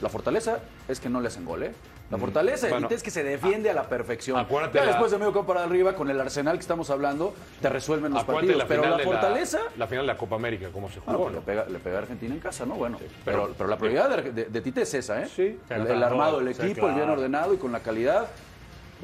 S4: la fortaleza es que no le hacen gol, ¿eh? La fortaleza del
S1: Mm. Bueno.
S4: Inter es que se defiende a la perfección.
S1: Acuérdate
S4: Ya
S1: la-
S4: después de medio campo para arriba, con el Arsenal que estamos hablando, te resuelven los
S1: Acuérdate
S4: partidos. pero
S1: final
S4: la
S1: de
S4: fortaleza...
S1: La final de la Copa América, cómo se
S4: bueno,
S1: jugó.
S4: le,
S1: ¿no?
S4: pega, le pega a Argentina en casa, ¿no? Bueno,
S1: pero-
S4: pero, pero, la prioridad de, de- de Tite es esa, ¿eh?
S1: Sí.
S4: El, el armado del
S2: Sí,
S4: equipo, el bien
S2: claro.
S4: ordenado y con la calidad.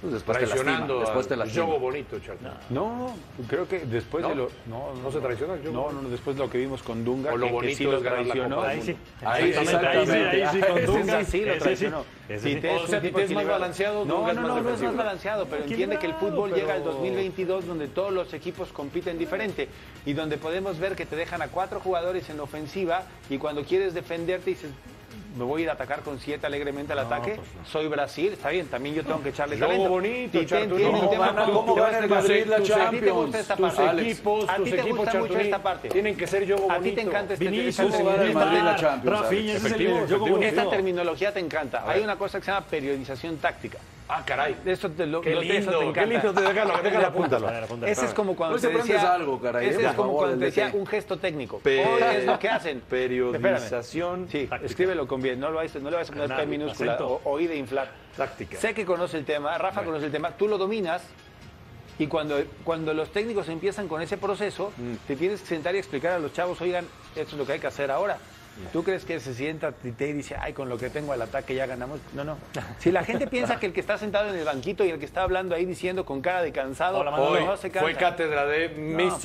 S4: Pues después te lastima,
S1: Traicionando
S4: después te
S1: al
S4: lastima.
S1: yogo bonito, Charlie.
S3: No, creo que después
S1: ¿No?
S3: de lo. No,
S1: ¿No se traiciona el yogo?
S3: No, no, después de lo que vimos con Dunga.
S1: O lo
S3: que- que
S1: bonito
S3: sí lo
S1: es ganar la
S3: traicionó.
S1: Copa del
S3: Ahí sí.
S1: Ahí
S4: exactamente.
S2: Ahí sí, ahí sí, con
S3: Ese
S2: Dunga.
S3: sí lo
S2: Ese sí.
S3: traicionó.
S2: Ese sí.
S3: Tite es
S1: O
S3: un
S1: sea,
S3: tipo
S1: Tite es más
S3: equilibrado.
S1: balanceado,
S3: No,
S1: Dunga es
S3: no, no,
S1: más
S3: no es
S1: defensivo.
S3: más balanceado, pero entiende que el fútbol
S2: Equilibrado,
S3: llega al
S2: pero-
S3: 2022 donde todos los equipos compiten diferente y donde podemos ver que te dejan a cuatro jugadores en ofensiva y cuando quieres defenderte dices me voy a ir a atacar con siete alegremente al ataque. Soy Brasil, está bien, también yo tengo que echarle
S1: Yogo
S3: talento.
S1: bonito,
S3: Tite
S1: Chartuni.
S3: entiende el
S1: ¿Cómo
S3: tema
S4: gana- cómo
S3: futbolístico.
S4: gana el Madrid la
S3: Tus- tus- a ti te gusta
S4: Champions?
S3: esta
S1: Tus
S3: parte. Alex.
S1: equipos,
S3: a ti te
S1: tus equipos,
S3: gusta mucho
S1: Chartuni,
S3: esta parte.
S1: tienen que ser yogo
S3: A ti
S1: bonito.
S3: te encanta este esta, esta-
S2: Vinicius,
S3: esta-
S4: va a dar el Madrid la Champions,
S2: Rafinha, ese es el
S1: Efectivo,
S2: yogo
S1: efectivo.
S2: bonito.
S3: esta terminología te encanta. Hay una cosa que se llama periodización táctica.
S1: Ah, caray.
S3: Eso te lo,
S1: Qué
S3: lo- eso
S1: lindo,
S3: te
S1: qué
S3: encanta.
S1: lindo,
S3: *laughs*
S1: te- déjalo,
S3: Ah,
S1: déjalo, apúntalo.
S3: apúntalo. Ese es como cuando
S4: Hoy se
S3: te
S4: aprendes
S3: decía
S4: algo, caray,
S3: Ese
S4: eh,
S3: es
S4: por
S3: como
S4: favor,
S3: cuando te
S4: del
S3: decía
S4: DT.
S3: un gesto técnico.
S4: Pe-
S3: Hoy es lo que hacen.
S4: Periodización.
S3: Sí, escríbelo con bien, no lo vais- no le vas a poner
S2: Nada,
S3: P minúscula
S2: acento.
S3: o, o I de inflar.
S1: Táctica.
S3: Sé que conoce el tema, Rafa conoce el tema, tú lo dominas. Y cuando, cuando los técnicos empiezan con ese proceso, te tienes que sentar y explicar a los chavos, oigan, esto es lo que hay que hacer ahora. ¿Tú crees que se sienta Tite y dice, ay, con lo que tengo al ataque ya ganamos? No, no. Si la gente piensa que el que está sentado en el banquito y el que está hablando ahí diciendo con cara de cansado,
S2: Hola, Manolo.
S1: Hoy
S3: no se cansa.
S1: fue cátedra de Mr.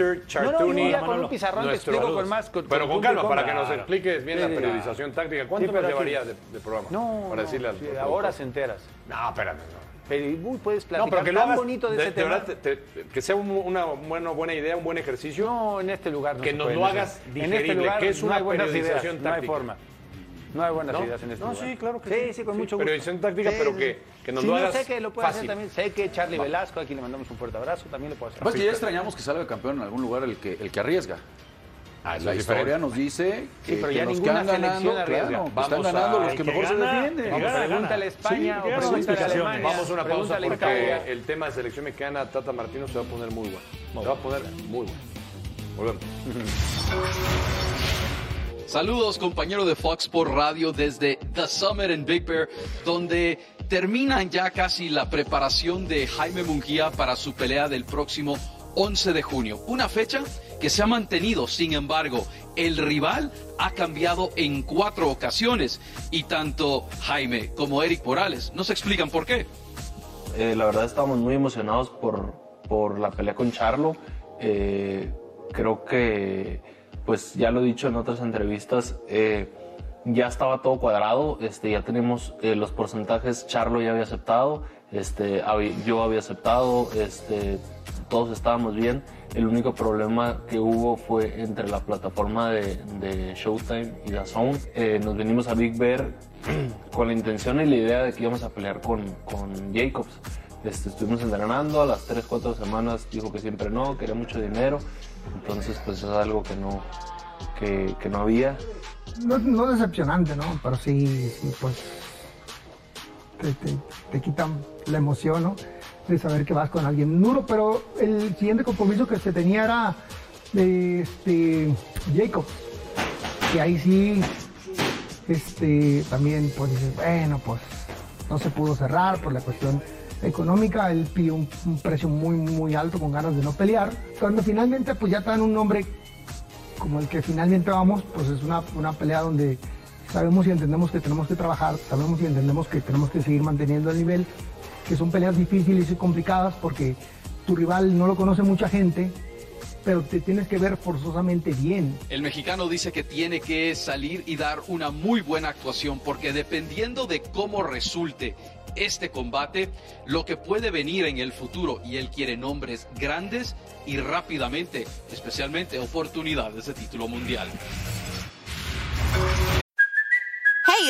S3: No, no,
S1: Chartuni.
S3: yo ya con
S2: Manolo,
S3: un pizarrón te
S1: nuestro
S3: explico
S1: alumno.
S3: con más. con-
S1: pero con
S3: punto y
S1: calma, para
S3: coma.
S1: que nos expliques bien
S3: Sí,
S1: la
S3: sí.
S1: periodización táctica. ¿Cuánto
S3: Sí,
S1: nos
S3: pero aquí-
S1: llevarías de, de programa?
S3: No,
S1: para
S3: no,
S1: decirle al
S3: sí,
S1: productor.
S3: ahora se enteras.
S1: No, espérame. No.
S3: Pero uy, puedes
S1: No,
S3: platicar
S1: pero que lo
S3: tan
S1: hagas
S3: bonito de,
S1: de-
S3: ese
S1: de
S3: tema.
S1: verdad, te- te- que sea un- una buena, buena idea, un buen ejercicio.
S3: No, en este lugar no
S1: Que
S3: se
S1: nos
S3: puede,
S1: lo
S3: no
S1: hagas
S3: sé.
S1: digerible,
S3: En este lugar
S1: que es
S3: no
S1: una
S3: hay buenas ideas,
S1: periodización
S3: no hay
S1: táctica.
S3: forma. No hay buenas
S1: ¿No?
S3: ideas en este
S1: No,
S3: lugar.
S1: sí, claro que sí.
S3: Sí, sí, con
S1: Sí,
S3: mucho gusto.
S1: periodización táctica, pero que- que nos
S3: Sí,
S1: lo
S3: no,
S1: hagas
S3: sé que lo puede
S1: fácil.
S3: hacer también. Sé que Charlie Velasco, aquí le mandamos un fuerte abrazo, también lo puede hacer.
S4: Además Pues que ya extrañamos que salga campeón en algún lugar el que, el que arriesga.
S1: Ah, eso
S4: La
S1: es
S4: historia
S1: diferente.
S4: nos dice que,
S3: Sí, pero
S4: que
S3: ya
S4: los que
S3: ninguna
S4: han ganando,
S3: selección
S4: claro,
S3: arriesga.
S4: que están
S1: Vamos a-
S4: ganando los
S1: el
S4: que
S2: que
S4: mejor
S2: gana,
S4: se defienden.
S2: que gana,
S3: Pregúntale a España
S2: gana. Sí,
S3: o
S2: claro,
S3: pregúntale a
S2: explicaciones.
S3: Alemania.
S1: Vamos a una pausa
S3: pregúntale a
S1: porque
S3: Italia.
S1: el tema de selección mexicana, Tata Martino, se va a poner muy bueno. Se va a poner muy bueno. Volvemos.
S3: *laughs*
S5: Saludos compañero de Fox por radio desde The Summit en Big Bear, donde terminan ya casi la preparación de Jaime Munguía para su pelea del próximo 11 de junio. Una fecha que se ha mantenido, sin embargo, el rival ha cambiado en cuatro ocasiones y tanto Jaime como Eric Morales nos explican por qué.
S7: Eh, la verdad estábamos muy emocionados por, por la pelea con Charlo. Eh, creo que, pues ya lo he dicho en otras entrevistas, eh, ya estaba todo cuadrado, este, ya tenemos eh, los porcentajes, Charlo ya había aceptado, este, habi- yo había aceptado, este, todos estábamos bien. El único problema que hubo fue entre la plataforma de, de Showtime y DAZN. Eh, nos venimos a Big Bear con la intención y la idea de que íbamos a pelear con, con Jacobs. Este, estuvimos entrenando a las 3, 4 semanas, dijo que siempre no, quería mucho dinero, entonces pues es algo que no, que, que no había.
S8: no, no decepcionante, ¿no? Pero sí, sí, pues te, te- te quitan la emoción, ¿no? De saber que vas con alguien duro, pero el siguiente compromiso que se tenía era de este, Jacob. Y ahí sí, este, también pues dices, bueno, pues no se pudo cerrar por la cuestión económica, él pidió un, un precio muy, muy alto con ganas de no pelear. Cuando finalmente pues ya te dan un nombre como el que finalmente vamos, pues es una, una pelea donde sabemos y entendemos que tenemos que trabajar, sabemos y entendemos que tenemos que seguir manteniendo el nivel, que son peleas difíciles y complicadas porque tu rival no lo conoce mucha gente, pero te tienes que ver forzosamente bien.
S5: El mexicano dice que tiene que salir y dar una muy buena actuación porque dependiendo de cómo resulte este combate, lo que puede venir en el futuro y él quiere nombres grandes y rápidamente, especialmente oportunidades de título mundial.
S9: Hey,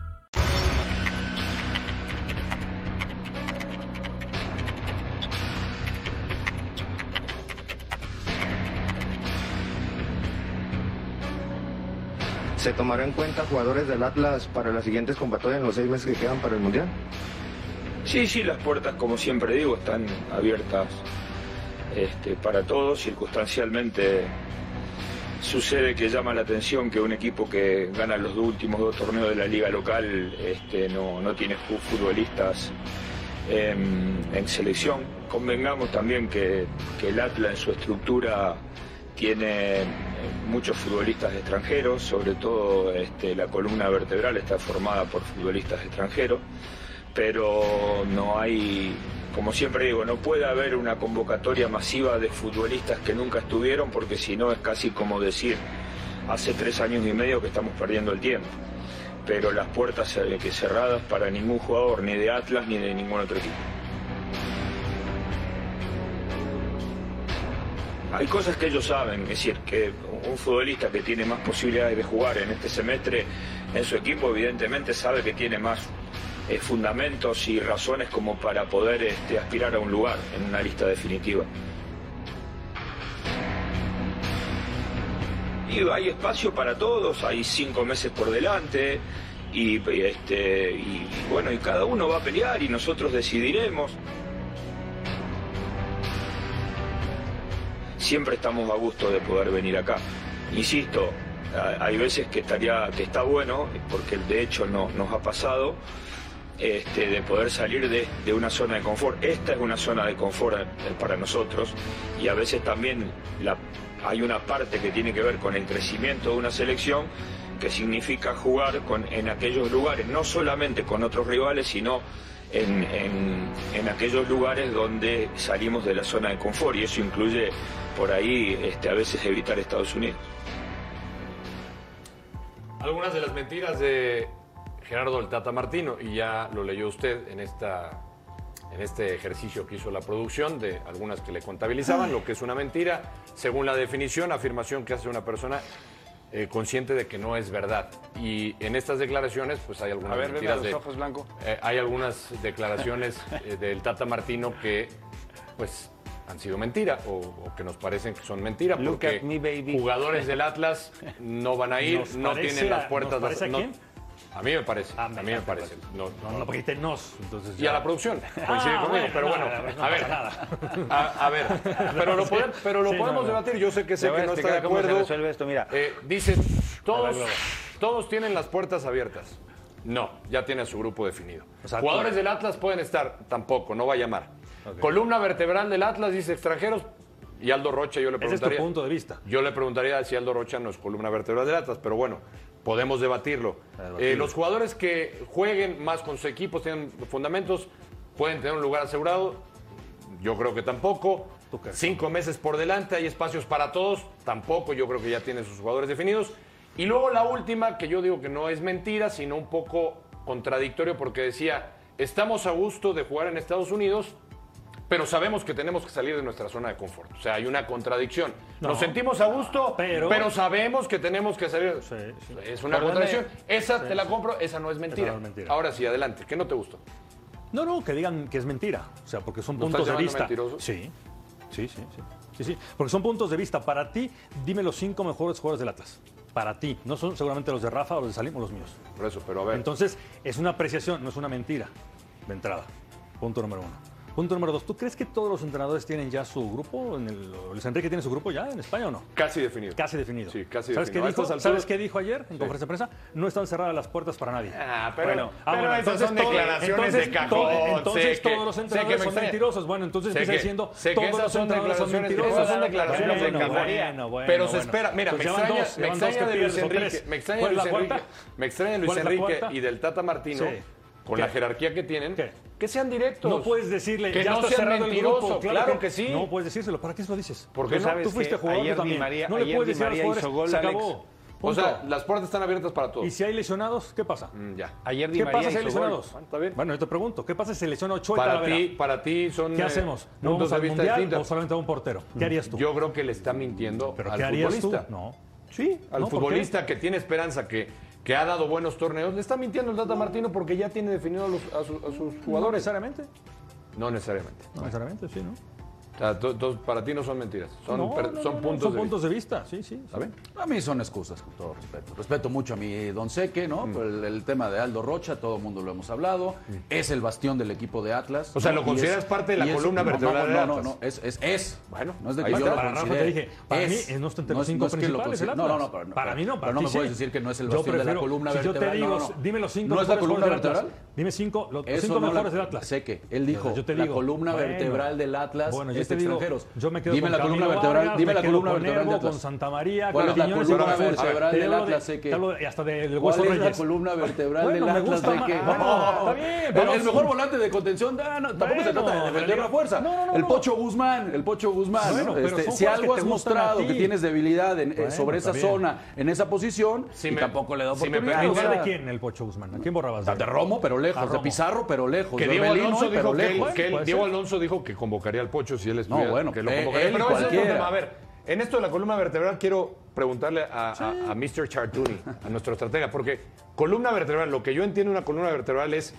S7: ¿Se tomará en cuenta jugadores del Atlas para las siguientes combatorias en los seis meses que quedan para el Mundial?
S8: Sí, sí, las puertas, como siempre digo, están abiertas este, para todos. Circunstancialmente sucede que llama la atención que un equipo que gana los dos últimos dos torneos de la liga local este, no, no tiene fu- futbolistas em, en selección. Convengamos también que, que el Atlas en su estructura tiene eh, muchos futbolistas extranjeros, sobre todo este, la columna vertebral está formada por futbolistas extranjeros pero no hay, como siempre digo, no puede haber una convocatoria masiva de futbolistas que nunca estuvieron, porque si no es casi como decir, hace tres años y medio que estamos perdiendo el tiempo. Pero las puertas eh, que cerradas para ningún jugador, ni de Atlas ni de ningún otro equipo.
S10: Hay cosas que ellos saben, es decir, que un futbolista que tiene más posibilidades de jugar en este semestre en su equipo, evidentemente sabe que tiene más eh, fundamentos y razones como para poder este, aspirar a un lugar en una lista definitiva. Y hay espacio para todos, hay cinco meses por delante y, y, este, y, y bueno, y cada uno va a pelear y nosotros decidiremos. Siempre estamos a gusto de poder venir acá. Insisto, a- hay veces que estaría, que está bueno, porque de hecho no, nos ha pasado, este, de poder salir de, de una zona de confort. Esta es una zona de confort eh, para nosotros y a veces también la- hay una parte que tiene que ver con el crecimiento de una selección que significa jugar con- en aquellos lugares, no solamente con otros rivales, sino en, en- en aquellos lugares donde salimos de la zona de confort y eso incluye por ahí este, a veces evitar Estados Unidos.
S1: Algunas de las mentiras de Gerardo el Tata Martino, y ya lo leyó usted en, esta, en este ejercicio que hizo la producción de algunas que le contabilizaban, lo que es una mentira, según la definición, afirmación que hace una persona eh, consciente de que no es verdad. Y en estas declaraciones, pues hay algunas
S3: A ver, veme a
S1: mentiras
S3: los
S1: de-
S3: ojos, Blanco.
S1: eh, hay algunas declaraciones
S2: *laughs*
S1: eh, del Tata Martino que, pues, han sido mentira o, o que nos parecen que son mentira
S3: Look
S1: porque
S3: at me, baby.
S1: jugadores del Atlas no van a ir,
S2: Nos
S1: no
S2: parece
S1: tienen las
S2: a-
S1: puertas.
S2: ¿nos parece a
S1: no-
S2: quién? Ah,
S1: a mí me parece. A, mí me parece. No,
S2: No, no, porque dijiste nos. Entonces
S1: Y a la producción. Coincide
S2: Ah,
S1: conmigo,
S2: bueno,
S1: pero
S2: no,
S1: bueno,
S2: no, no
S1: a ver.
S2: pasa nada.
S1: A, a ver, pero lo, podemos- pero lo
S3: Sí,
S1: podemos
S3: no, no.
S1: debatir. Yo sé que sé
S3: Te voy
S1: que
S3: a
S1: no está de
S3: explicar cómo se
S1: acuerdo.
S3: resuelve esto, mira.
S1: Eh, dice,
S3: A
S1: todos,
S3: ver, Globo.
S1: todos tienen las puertas abiertas. No, ya tiene su grupo definido. Jugadores
S3: tú-
S1: del Atlas pueden estar, tampoco, no va a llamar. Columna vertebral del Atlas dice extranjeros. Y Aldo Rocha, yo le
S2: Ese es tu
S1: preguntaría.
S2: punto de vista.
S1: Yo le preguntaría si Aldo Rocha no es columna vertebral de latas, pero bueno, podemos debatirlo.
S2: debatirlo.
S1: Eh, los jugadores que jueguen más con sus equipos, tienen fundamentos, pueden tener un lugar asegurado. Yo creo que tampoco. Cinco meses por delante, hay espacios para todos. Tampoco, yo creo que ya tiene sus jugadores definidos. Y luego la última, que yo digo que no es mentira, sino un poco contradictorio, porque decía, estamos a gusto de jugar en Estados Unidos, pero sabemos que tenemos que salir de nuestra zona de confort. O sea, hay una contradicción. Nos
S2: No.
S1: sentimos a gusto, pero,
S2: Pero-
S1: sabemos que tenemos que salir. Es una
S2: ¿Por dónde?
S1: contradicción. Esa
S2: Sí,
S1: te la
S2: sí.
S1: compro, esa no es mentira.
S2: no es mentira.
S1: Ahora sí, adelante. ¿Qué no te gustó?
S2: No, no, que digan que es mentira. O sea, porque son
S1: ¿Lo
S2: puntos
S1: estás
S2: de vista.
S1: llamando mentiroso?
S2: Sí. sí, sí, sí. Sí, sí. Porque son puntos de vista. Para ti, dime los cinco mejores jugadores del Atlas. Para ti. No son seguramente los de Rafa o los de Salim o los míos.
S1: Por eso, pero a ver.
S2: Entonces, es una apreciación, no es una mentira de entrada. Punto número uno. Punto número dos. ¿Tú crees que todos los entrenadores tienen ya su grupo? En el, ¿Luis Enrique tiene su grupo ya en España o no?
S1: casi definido.
S2: Casi definido.
S1: Sí, casi
S2: ¿Sabes
S1: definido. A
S2: Qué dijo?
S1: estas alturas-
S2: ¿Sabes qué dijo ayer en conferencia de prensa? No están cerradas las puertas para nadie.
S1: Ah, pero- pero esas son
S2: todo-
S1: declaraciones de
S2: entonces,
S1: cajón.
S2: todo-
S1: Sé
S2: entonces
S1: que-
S2: todos los
S1: sé que
S2: entrenadores
S1: me
S2: son
S1: extraña.
S2: mentirosos. Bueno, entonces
S1: Sé
S2: empieza
S1: que-
S2: diciendo
S1: sé que
S2: todos
S1: esas
S2: los
S1: son
S2: entrenadores son
S1: declaraciones-
S2: mentirosos.
S1: esas son declaraciones de
S2: Bueno,
S1: cajón.
S2: bueno, bueno,
S1: Pero se
S2: bueno.
S1: espera, mira,
S2: Pues
S1: me
S2: llevan
S1: extraña,
S2: dos,
S1: me
S2: llevan dos
S1: extraña
S2: que
S1: de Luis
S2: pierdes, o
S1: Enrique,
S2: tres.
S1: me extraña
S2: ¿Cuál es
S1: Luis
S2: la
S1: Enrique,
S2: cuarta?
S1: me extraña de
S2: ¿Cuál
S1: Luis
S2: es la
S1: Enrique
S2: cuarta?
S1: y del Tata Martino,
S2: Sí.
S1: con
S2: ¿Qué?
S1: la jerarquía que tienen,
S2: ¿Qué?
S1: que sean directos.
S2: No puedes decirle
S1: que
S2: ya
S1: no
S2: está
S1: sean
S2: cerrado el
S1: mentirosos,
S2: grupo.
S1: claro que sí.
S2: No puedes decírselo. ¿Para qué se lo dices?
S1: Porque
S2: Tú
S1: no-
S2: sabes tú fuiste
S1: que
S2: jugador
S1: ayer
S2: tú también.
S1: Di María-
S2: no le
S1: ayer
S2: puedes
S1: Di
S2: decir a los
S1: María
S2: jugadores.
S1: hizo gol,
S2: se
S1: Alex.
S2: acabó.
S1: O sea,
S2: Punto.
S1: las puertas están abiertas para todos.
S2: y si hay lesionados, ¿qué pasa?
S1: Mm, ya.
S3: Ayer Di
S2: ¿Qué
S3: María
S2: pasa si hay
S3: hizo gol.
S2: lesionados?
S1: Bueno, está bien.
S2: Bueno, yo te pregunto, ¿qué pasa si se lesiona Ochoa y
S1: Para
S2: Talavera?
S1: ti, para ti son
S2: ¿Qué
S1: eh,
S2: hacemos? ¿No vamos
S1: puntos de
S2: al
S1: vista
S2: mundial o
S1: distintos.
S2: solamente a un portero?
S4: Mm.
S2: ¿Qué harías tú?
S1: Yo creo que le está mintiendo
S2: ¿Pero
S1: al
S2: qué harías
S1: futbolista.
S2: tú? No.
S1: Sí, al
S2: No, ¿por
S1: futbolista que tiene esperanza, que, que ha dado buenos torneos. Le está mintiendo el Tata Martino porque ya tiene definido a, los- a su- a sus
S2: No
S1: jugadores.
S2: necesariamente.
S1: No necesariamente.
S2: No necesariamente, sí, ¿no?
S1: O sea, to- to- para ti no son mentiras, son,
S2: No,
S1: per-
S2: no, no,
S1: son
S2: no,
S1: puntos
S2: son
S1: de
S2: puntos
S1: vista.
S2: de vista. Sí, sí. sí.
S1: ¿Saben?
S4: A mí son excusas, con todo respeto. Respeto mucho a mi Don Seque, ¿no?
S2: Mm.
S4: Por el, el tema de Aldo Rocha, todo el mundo lo hemos hablado. Es el bastión del equipo de Atlas.
S1: O sea, ¿lo
S4: ¿no? Y
S1: consideras parte de la
S4: y
S1: columna
S4: no,
S1: vertebral
S4: no,
S1: de
S4: No, no,
S1: Atlas?
S4: no, es, es, es.
S1: Bueno,
S4: no es de
S1: ahí
S4: que yo
S1: está.
S4: lo
S2: Para Rafa te
S4: considere.
S2: dije, para
S4: Es.
S2: mí es no está entre los
S4: es-
S2: cinco
S4: es que lo
S2: principales el
S4: considere-
S2: Atlas.
S4: No, no, pero-
S2: para mí no, para
S4: pero no
S2: ti
S4: me
S2: sí.
S4: puedes decir que no es el
S2: Yo
S4: bastión de la
S2: prefiero-
S4: columna
S2: si
S4: vertebral.
S2: yo te
S4: No,
S2: digo,
S4: no, no.
S2: dime los cinco
S4: ¿No es la
S2: mejores
S4: columna
S2: jugadores del Atlas.
S4: vertebral?
S2: Dime cinco, los
S4: Eso
S2: cinco
S4: no la-
S2: mejores del Atlas.
S4: Sé que él dijo,
S2: Entonces, yo te
S4: la
S2: digo,
S4: columna
S2: bueno,
S4: vertebral del Atlas
S2: bueno, yo
S4: es
S2: te digo,
S4: extranjeros.
S2: yo me quedo
S4: dime
S2: con
S4: la columna
S2: Camilo
S4: vertebral,
S2: Vargas,
S4: dime
S2: me
S4: la
S2: quedo
S4: columna
S2: con
S4: vertebral del
S2: Nervo,
S4: Atlas.
S2: con Santa María,
S4: ¿Cuál
S2: con
S4: es la
S2: Quiñones y
S4: columna
S2: con Furch.
S4: vertebral
S2: Te
S4: del
S2: hablo de-
S4: Atlas, sé que-
S2: te hablo de- hasta del
S4: ¿Cuál
S2: Hueso
S4: es la
S2: Reyes.
S4: columna vertebral
S2: Bueno,
S4: del
S2: me
S4: Atlas?
S2: gusta
S4: de
S2: más.
S4: que,
S2: Bueno, está bien,
S4: El-
S2: pero
S4: el
S2: sí.
S4: mejor volante de contención, ah, no, tampoco se
S2: Bueno,
S4: trata de
S2: pero
S4: defender la
S2: digo-
S4: fuerza.
S2: no, no, no,
S4: el
S2: no.
S4: Pocho Guzmán, el Pocho Guzmán.
S2: Bueno,
S4: ¿no?
S2: pero
S4: Este,
S2: son
S4: si
S2: jugadores
S4: algo
S2: que
S4: has
S2: te gustan
S4: mostrado
S2: a ti.
S4: que tienes debilidad en- eh,
S2: Bueno,
S4: sobre esa
S2: está bien.
S4: zona, en esa posición, y
S1: me-
S4: tampoco le da
S1: si me
S4: oportunidad.
S2: ¿En
S1: permites-
S4: o
S2: lugar
S4: sea,
S2: de quién el Pocho Guzmán? ¿A quién borrabas?
S4: de Romo, pero lejos.
S2: A
S4: De
S2: Romo.
S4: Pizarro, pero lejos.
S1: Que
S4: de
S1: Diego
S4: Orbelino,
S1: Alonso,
S4: pero
S1: dijo que, él-
S4: lejos.
S1: que él-
S2: puede
S1: Diego
S2: ser.
S1: Alonso dijo que convocaría al Pocho si él estuviera.
S4: bueno,
S1: que lo
S4: eh,
S1: convocaría.
S4: él y
S1: Pero ese es otro
S4: cualquiera.
S1: tema. A ver, en esto de la columna vertebral quiero preguntarle a, a- a Mr. Chartuni, a nuestro estratega, porque columna vertebral, lo que yo entiendo de una columna vertebral es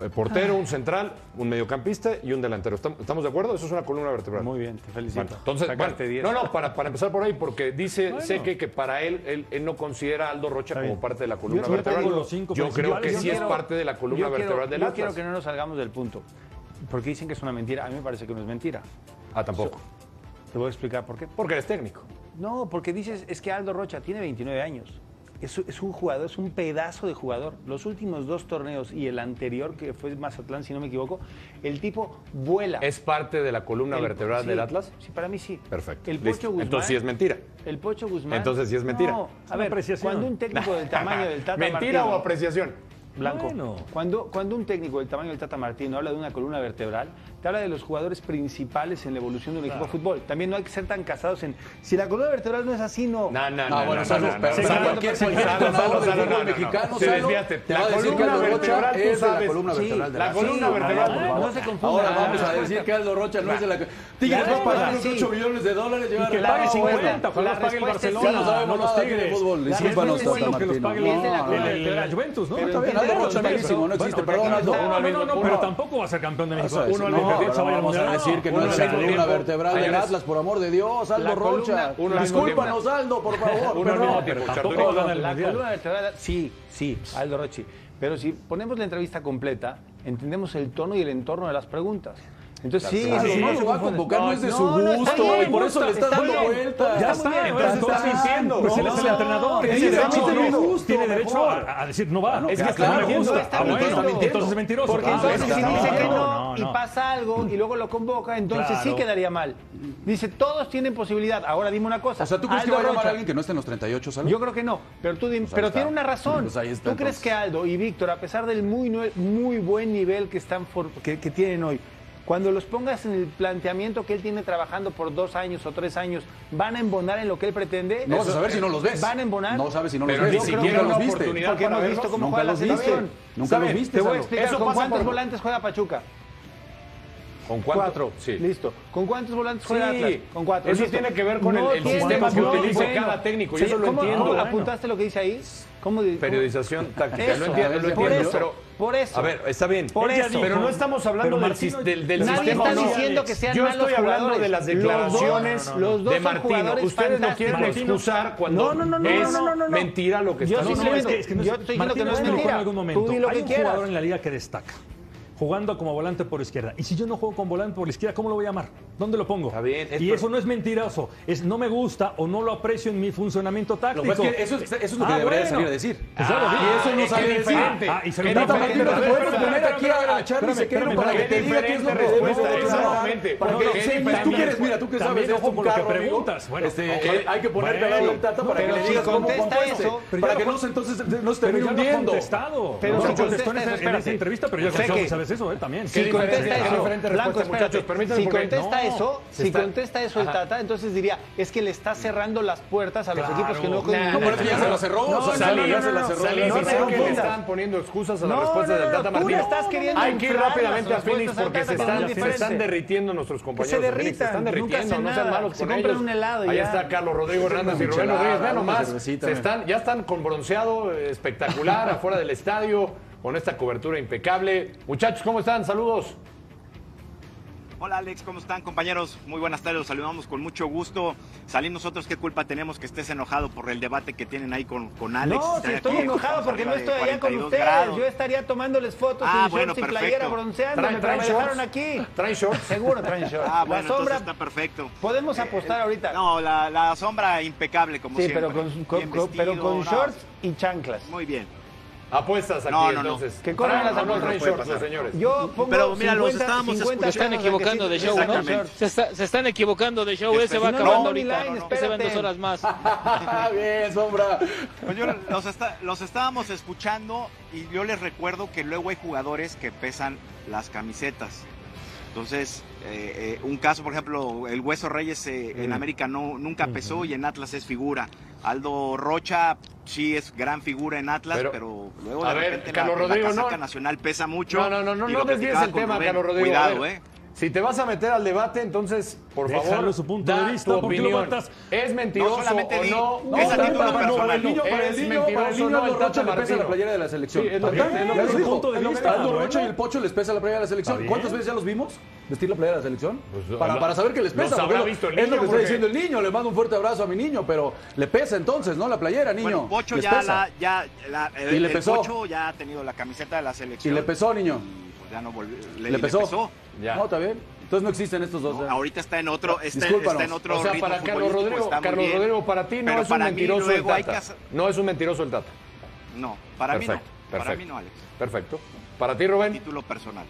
S1: eh, portero,
S3: Ah.
S1: un central, un mediocampista y un delantero. ¿Estam- ¿Estamos de acuerdo? Eso es una columna vertebral. Muy
S3: bien, te felicito.
S1: entonces, bueno,
S3: Sacaste diez.
S1: no, no, para, para empezar por ahí, porque dice
S3: Bueno.
S1: Seque que para él, él, él no considera a Aldo Rocha como parte de la columna
S3: Yo- yo
S1: vertebral.
S3: tengo los cinco
S1: yo creo que
S3: principales.
S1: sí
S3: Yo
S1: es
S3: quiero-
S1: parte de la columna
S3: yo quiero-
S1: vertebral del
S3: Yo
S1: Atlas.
S3: quiero que no nos salgamos del punto. Porque dicen que es una mentira. A mí me parece que no es mentira.
S1: Ah, tampoco.
S3: Te voy a explicar por qué.
S1: Porque eres técnico.
S3: No, porque dices, es que Aldo Rocha tiene 29 años. Es, es un jugador, es un pedazo de jugador. Los últimos dos torneos y el anterior, que fue Mazatlán, si no me equivoco, el tipo vuela.
S1: ¿Es parte de la columna
S3: El-
S1: vertebral
S3: sí,
S1: del Atlas?
S3: Sí, para mí sí.
S1: Perfecto.
S3: El
S1: listo.
S3: Pocho Guzmán-
S1: Entonces sí es mentira.
S3: El Pocho Guzmán.
S1: Entonces sí es mentira.
S3: No,
S1: Es
S3: a
S1: una
S3: ver,
S1: apreciación.
S3: cuando un técnico del tamaño del Tata
S1: ¿Mentira
S3: Martino-
S1: o apreciación?
S3: Blanco.
S1: Bueno.
S3: Cuando, cuando un técnico del tamaño del Tata Martino habla de una columna vertebral, te habla de los jugadores principales en la evolución de un equipo de fútbol. También no hay que ser tan casados en. Si la columna vertebral no es así, no.
S1: No, no,
S3: Ah,
S1: no, no,
S3: bueno,
S1: no,
S3: Salo,
S1: no, no,
S3: pero-
S1: no,
S3: Salo,
S1: no, no,
S3: cualquier-
S1: Salo,
S3: cualquier
S1: Salo,
S3: entrenador
S1: Salo,
S3: del
S1: Salo,
S3: fútbol
S1: no, no, no.
S3: mexicano,
S1: Te
S3: Salo,
S1: desviaste.
S3: te
S1: La
S3: va a decir que
S1: columna
S3: Aldo Rocha
S1: vertebral, tú
S3: es de la
S1: sabes.
S3: columna
S1: Sí,
S3: vertebral de
S1: la
S3: la-
S1: columna
S3: Sí,
S1: vertebral.
S3: no, no, no se confunda.
S4: Ahora
S3: Ah,
S4: vamos a
S3: respuesta.
S4: decir que Aldo Rocha no es de la.
S3: La
S4: Tigres va a pagar
S3: respuesta,
S4: unos
S3: sí.
S4: 8 millones de dólares.
S3: Y
S4: llevar
S3: que
S4: a-
S3: pague
S4: No,
S3: 50,
S4: bueno,
S3: ojalá
S4: la
S3: pague el
S4: respuesta es
S3: Barcelona,
S4: sí, no sabemos
S3: no los
S4: nada aquí de
S3: Tigres.
S4: fútbol.
S3: La
S4: Discúlpanos,
S3: respuesta es
S4: Tata
S3: lo que los
S4: Martino.
S3: pague el-
S4: No, no,
S3: el-
S4: no.
S3: el-
S2: De la Juventus, ¿no?
S4: Pero
S2: Está bien,
S4: entiendo,
S2: Aldo Rocha, pero-
S4: está malísimo, no
S2: bueno,
S4: existe,
S2: que
S4: perdón,
S2: acá-
S4: Aldo.
S2: No,
S4: Uno al
S2: no,
S4: mismo
S2: no, no,
S4: tiempo.
S2: pero tampoco va a ser campeón de México.
S4: Vas a decir,
S2: Uno al
S4: no,
S2: mismo tiempo se
S4: ahora
S2: va al
S4: vamos a
S2: Mundial.
S4: decir que no
S2: uno
S4: es
S2: al
S4: la
S2: mismo
S4: columna
S2: tiempo.
S4: vertebral
S2: Ayer
S4: del
S2: es-
S4: Atlas, por amor de Dios, Aldo
S2: La
S4: Rocha.
S2: columna- uno al mismo
S4: Discúlpanos,
S2: tiempo.
S3: *laughs*
S4: Aldo, por favor.
S3: Uno al
S4: Perdón.
S3: mismo tiempo,
S4: Pero
S3: Chartuni.
S4: tampoco-
S3: No, la columna vertebral, sí, sí, Aldo Rochi. Pero si ponemos la entrevista completa, entendemos el tono y el entorno de las preguntas. Entonces, sí,
S4: Claro,
S3: sí,
S4: no lo va a convocar, no es de su gusto,
S3: está bien,
S4: y por eso le
S3: está
S4: estás
S3: bien,
S4: dando vueltas.
S3: Ya
S4: Ya
S3: está,
S4: está,
S3: bien,
S4: entonces
S3: está
S4: estás diciendo,
S3: bien.
S4: pues él es el
S3: No,
S4: entrenador,
S3: tiene
S4: es el
S3: derecho,
S4: entrenador.
S3: ¿no?
S4: Justo,
S2: Tiene derecho
S4: mejor.
S2: a, a decir, no va.
S4: Ah, no,
S2: es que
S4: claro,
S2: hasta no me
S4: mintiendo,
S2: gusta.
S4: está
S2: Ah, bueno,
S4: mintiendo.
S2: entonces es mentiroso.
S3: Porque
S2: Ah,
S3: entonces
S2: bueno,
S3: si
S2: no,
S3: dice que
S2: no,
S3: no,
S2: no,
S3: y pasa algo y luego lo convoca, entonces
S4: Claro.
S3: sí quedaría mal. Dice, todos tienen posibilidad. Ahora dime una cosa.
S4: O sea, ¿tú crees que
S3: Aldo
S4: va a llamar
S3: Rocha-
S4: a alguien que no esté en los 38, Salud?
S3: Yo creo que no, pero tú dime-
S4: Pues ahí
S3: pero
S4: está.
S3: tiene una razón.
S4: Pues ahí está,
S3: ¿Tú crees
S4: entonces.
S3: que Aldo y Víctor, a pesar del muy nue- muy buen nivel que están for- que, que tienen hoy, cuando los pongas en el planteamiento que él tiene trabajando por dos años o tres años, van a embonar en lo que él pretende?
S4: No vas a saber si no los ves.
S3: Van a embonar.
S4: No sabes si no
S3: Pero
S4: los
S3: ni
S4: ves.
S3: siquiera
S4: Nunca
S3: una
S4: los viste.
S3: oportunidad Porque para hemos verlos. visto cómo
S4: Nunca
S3: juega la
S4: los viste.
S3: selección.
S4: Nunca los
S3: Está bien,
S4: viste.
S3: Te voy a
S4: Salud.
S3: explicar
S4: Eso
S3: con
S4: pasa
S3: cuántos
S4: por-
S3: volantes juega Pachuca.
S1: ¿Con
S3: cuánto?
S1: cuántos?
S3: Cuatro.
S1: Sí.
S3: Listo. ¿Con cuántos volantes juega
S1: Sí.
S3: Atlas? Con cuatro.
S1: Eso
S3: Listo.
S1: tiene que ver con el- el
S3: tiene-
S1: sistema que utiliza
S3: bueno.
S1: cada técnico, yo eso lo
S3: ¿Cómo-
S1: entiendo.
S3: cómo
S1: Bueno.
S3: ¿Apuntaste lo que dice ahí? ¿Cómo di- cómo-
S1: Periodización táctica.
S3: Eso.
S1: lo entiendo, lo
S3: Por
S1: entiendo.
S3: eso,
S1: pero,
S3: por eso.
S1: A ver, está bien.
S3: Por
S1: Ella
S3: eso.
S1: dijo, pero no estamos hablando
S3: Pero
S1: del,
S3: Martino-
S1: sis- del, del
S3: nadie
S1: sistema.
S3: está
S1: no.
S3: diciendo que sean
S1: Yo
S3: malos
S1: estoy hablando
S3: jugadores.
S1: de
S3: Los
S1: las
S3: dos-
S1: declaraciones
S3: los dos
S1: de
S3: son
S1: Martino.
S3: jugadores
S1: Ustedes no
S3: fantásticos.
S1: quieren
S3: Martino-
S1: excusar cuando
S3: No, no, no, no,
S1: es
S3: no, no, no, no.
S1: mentira lo que
S3: Yo
S1: está
S3: sí
S1: diciendo.
S3: creo que- que no es- Yo te estoy diciendo que no es
S2: Martino
S3: mentira.
S2: en algún momento.
S3: Tú di lo
S2: Hay
S3: que
S2: un
S3: quieras.
S2: jugador en la liga que destaca. Jugando como volante por izquierda. Y si yo no juego con volante por la izquierda, ¿cómo lo voy a llamar? ¿Dónde lo pongo? y
S1: per-
S2: eso no es mentiroso. Es no me gusta o no lo aprecio en mi funcionamiento táctico. Ah,
S4: Lo que pasa es que eso es- eso es lo que debería salir a decir.
S2: Pues claro,
S4: Ah,
S2: sí.
S4: y eso no
S2: Es que
S4: sale
S2: es
S4: decir.
S2: diferente.
S4: Ah, y se
S2: Es
S4: lo-
S2: diferente.
S4: Martino, te
S2: Espérame,
S4: podemos
S2: espérame,
S4: poner aquí
S2: espérame,
S4: a- a Charlie
S2: espérame,
S4: Sequeiro
S2: espérame,
S4: para que
S2: espérame,
S4: te diga qué es lo que
S2: espérame,
S4: debemos
S2: espérame,
S4: de hacer.
S2: exactamente,
S4: Para
S2: porque
S4: que
S2: es
S4: tú
S2: diferente.
S4: quieres, mira, tú que sabes,
S2: También
S4: eres
S2: ojo
S4: un
S2: con lo que
S4: carro, amigo.
S2: preguntas. Bueno,
S4: Este,
S2: ok.
S4: hay- Hay que ponerte al lado del Tata para que
S2: Pero
S4: le
S2: si
S4: digas cómo
S2: contesta
S4: compuesto,
S2: eso, pero
S4: Para
S2: ya
S4: que
S2: lo
S4: no
S2: con-
S4: se- entonces se- no se
S2: Pero ya
S4: termine
S2: lo ha
S4: hundiendo.
S2: contestado.
S4: Pero
S2: No, lo
S4: si
S2: contestó en esa,
S4: contesta eso,
S2: en esa
S4: espérate.
S2: entrevista, pero
S4: O
S2: ya
S4: sea
S2: conoció,
S4: que-
S2: sabes eso, ¿eh? También.
S3: Si contesta eso, Blanco, espérate. si contesta eso, si contesta eso el
S2: Ajá.
S3: Tata, entonces diría, es que le está cerrando las puertas a los
S1: Claro.
S3: equipos que no
S1: Nah,
S3: juegan.
S1: No, pero es que ya se la cerró, o sea, Salí, ya se la cerró. Salí,
S3: No
S1: sí,
S3: te
S1: creo que le
S3: confundas.
S1: están poniendo excusas a las
S3: No,
S1: respuestas
S3: no, no,
S1: del Tata
S3: tú le
S1: Martino.
S3: estás queriendo
S1: Hay que ir
S3: inflar
S1: rápidamente
S3: las
S1: a Phoenix
S3: respuestas al
S1: porque se
S3: Tata,
S1: están,
S3: que
S1: se
S3: son
S1: están
S3: diferentes.
S1: derritiendo nuestros compañeros.
S3: se
S1: Félix, se
S3: derritan,
S1: están
S3: nunca
S1: derritiendo,
S3: hacen
S1: no sean
S3: nada,
S1: malos
S3: se
S1: con
S3: compran
S1: ellos.
S3: un helado y
S1: Ahí
S3: ya.
S1: está Carlos Rodrigo
S3: Se
S1: Hernández y
S3: compran
S1: Rubén
S3: una michelada,
S1: Rodríguez. Vean
S3: una
S1: nomás,
S3: cervecita,
S1: se
S3: mira.
S1: están, ya están con bronceado eh, espectacular afuera del estadio, con esta cobertura impecable. Muchachos, ¿cómo están? Saludos.
S11: Hola Alex, ¿cómo están compañeros? Muy buenas tardes, los saludamos con mucho gusto. Salir nosotros, ¿qué culpa tenemos que estés enojado por el debate que tienen ahí con, con Alex?
S3: No,
S11: Están
S3: si estoy
S11: aquí,
S3: enojado
S11: estamos
S3: porque no
S11: arriba de
S3: estoy allá con
S11: 42
S3: ustedes.
S11: grados.
S3: Yo estaría tomándoles fotos
S11: Ah,
S3: en
S11: bueno,
S3: shorts y playera
S11: perfecto.
S3: bronceándome,
S11: Traen-
S3: pero me
S11: traen
S3: dejaron
S11: shorts.
S3: aquí.
S1: Traen shorts.
S3: Seguro traen shorts.
S11: *laughs* Ah, bueno,
S3: la
S11: entonces
S3: sombra,
S11: está perfecto. Eh,
S3: podemos apostar ahorita.
S11: No, la, la sombra impecable como
S3: sí,
S11: siempre.
S3: pero con, con-
S11: Bien
S3: con- pero
S11: vestido, no.
S3: con shorts y chanclas.
S11: Muy bien.
S1: Apuestas aquí,
S11: No, no, no.
S1: entonces.
S3: Que corran
S12: Ah,
S1: ¿Traen
S3: las
S1: o no
S3: apuestas.
S1: traen
S3: Puede
S1: shorts los
S3: pasar.
S1: señores?
S3: Yo pongo
S12: Pero mira, los
S3: 50,
S12: estábamos escuchando.
S3: 50
S12: Se están
S3: pesos a que
S12: equivocando
S3: sí-
S12: de show, ¿no?
S3: Exactamente.
S12: Se, está- se están equivocando de show.
S11: Que
S12: Ese
S11: se
S12: va
S11: no,
S12: acabando
S11: no,
S12: ahorita.
S11: online,
S12: Ese va en dos
S11: espérate.
S12: horas más.
S3: *laughs*
S1: *laughs*
S4: Bien, sombra.
S11: Pues yo los, está- los estábamos escuchando y yo les recuerdo que luego hay jugadores que pesan las camisetas. Entonces, eh, eh, un caso, por ejemplo, el Hueso Reyes eh, en
S10: Mm.
S11: América no, nunca pesó y en Atlas es figura. Aldo Rocha sí es gran figura en Atlas,
S1: Pero-
S11: pero, luego
S1: a
S11: de
S1: ver,
S11: repente la-
S1: Carlos
S11: la,
S1: Rodrigo,
S11: casaca
S1: no.
S11: nacional pesa mucho.
S1: No, no, no, no,
S11: y
S1: no
S11: lo
S1: desvíes
S11: platicaba
S1: el
S11: con
S1: tema,
S11: Rubén.
S1: Carlos Rodrigo.
S11: Cuidado,
S1: A ver,
S11: ¿eh?
S13: Si te vas a meter al debate, entonces, por
S2: Déjalo
S13: favor,
S2: su punto
S13: da
S2: de vista,
S13: tu
S2: ¿por qué lo
S13: opinión.
S2: matas?
S13: ¿Es mentiroso
S2: No, solamente
S13: o
S2: di-
S13: no?
S2: no, es actitud
S13: Tata Martino.
S2: personal.
S13: ¿Es
S4: Para el niño, para el
S13: mentiroso o
S4: niño,
S13: no
S4: al
S13: el
S4: Rocha
S13: Tata
S4: le pesa
S13: Martino?
S4: la playera de la selección.
S13: Sí, es lo que-
S4: También,
S13: es lo
S4: ya
S13: que
S4: lo dijo.
S13: dijo. Es lo que
S4: Al
S13: dijo.
S4: Rocha y el Pocho les pesa la playera de la selección.
S13: bien.
S4: ¿Cuántas veces ya los vimos vestir la playera de la selección?
S13: Pues,
S4: para,
S13: habla-
S4: para saber que les
S13: los
S4: pesa.
S13: habrá
S4: porque
S13: visto el
S4: es lo
S13: niño,
S4: que está
S13: porque-
S4: diciendo el niño. Le mando un fuerte abrazo a mi niño, pero le pesa entonces, ¿no? La playera, niño.
S11: Bueno, Pocho
S4: Les
S11: ya,
S4: pesa.
S11: la, ya la- el,
S4: Y le
S11: el
S4: pesó.
S11: Pocho ya ha tenido la camiseta de la
S4: Y
S11: selección.
S4: le pesó, niño.
S11: Pues ya no volvió.
S4: Le,
S11: y
S4: pesó. No, está bien. Entonces no existen estos dos. ¿eh?
S11: Ahorita está en otro, está,
S4: Discúlpanos.
S11: está en otro
S13: O sea,
S11: ritmo
S13: para Carlos
S11: futbolístico,
S13: Rodrigo,
S11: está muy
S13: Carlos
S11: bien.
S13: Rodrigo, para ti no
S11: Pero
S13: es un
S11: para mí
S13: mentiroso el
S11: luego hay que
S13: Tata.
S11: hacer-
S13: No es un mentiroso el Tata.
S11: No, para mí
S13: Perfecto,
S11: no. Para
S13: perfecto.
S11: mí no, Alex.
S13: Perfecto. Para ti, Rubén.
S11: Título personal.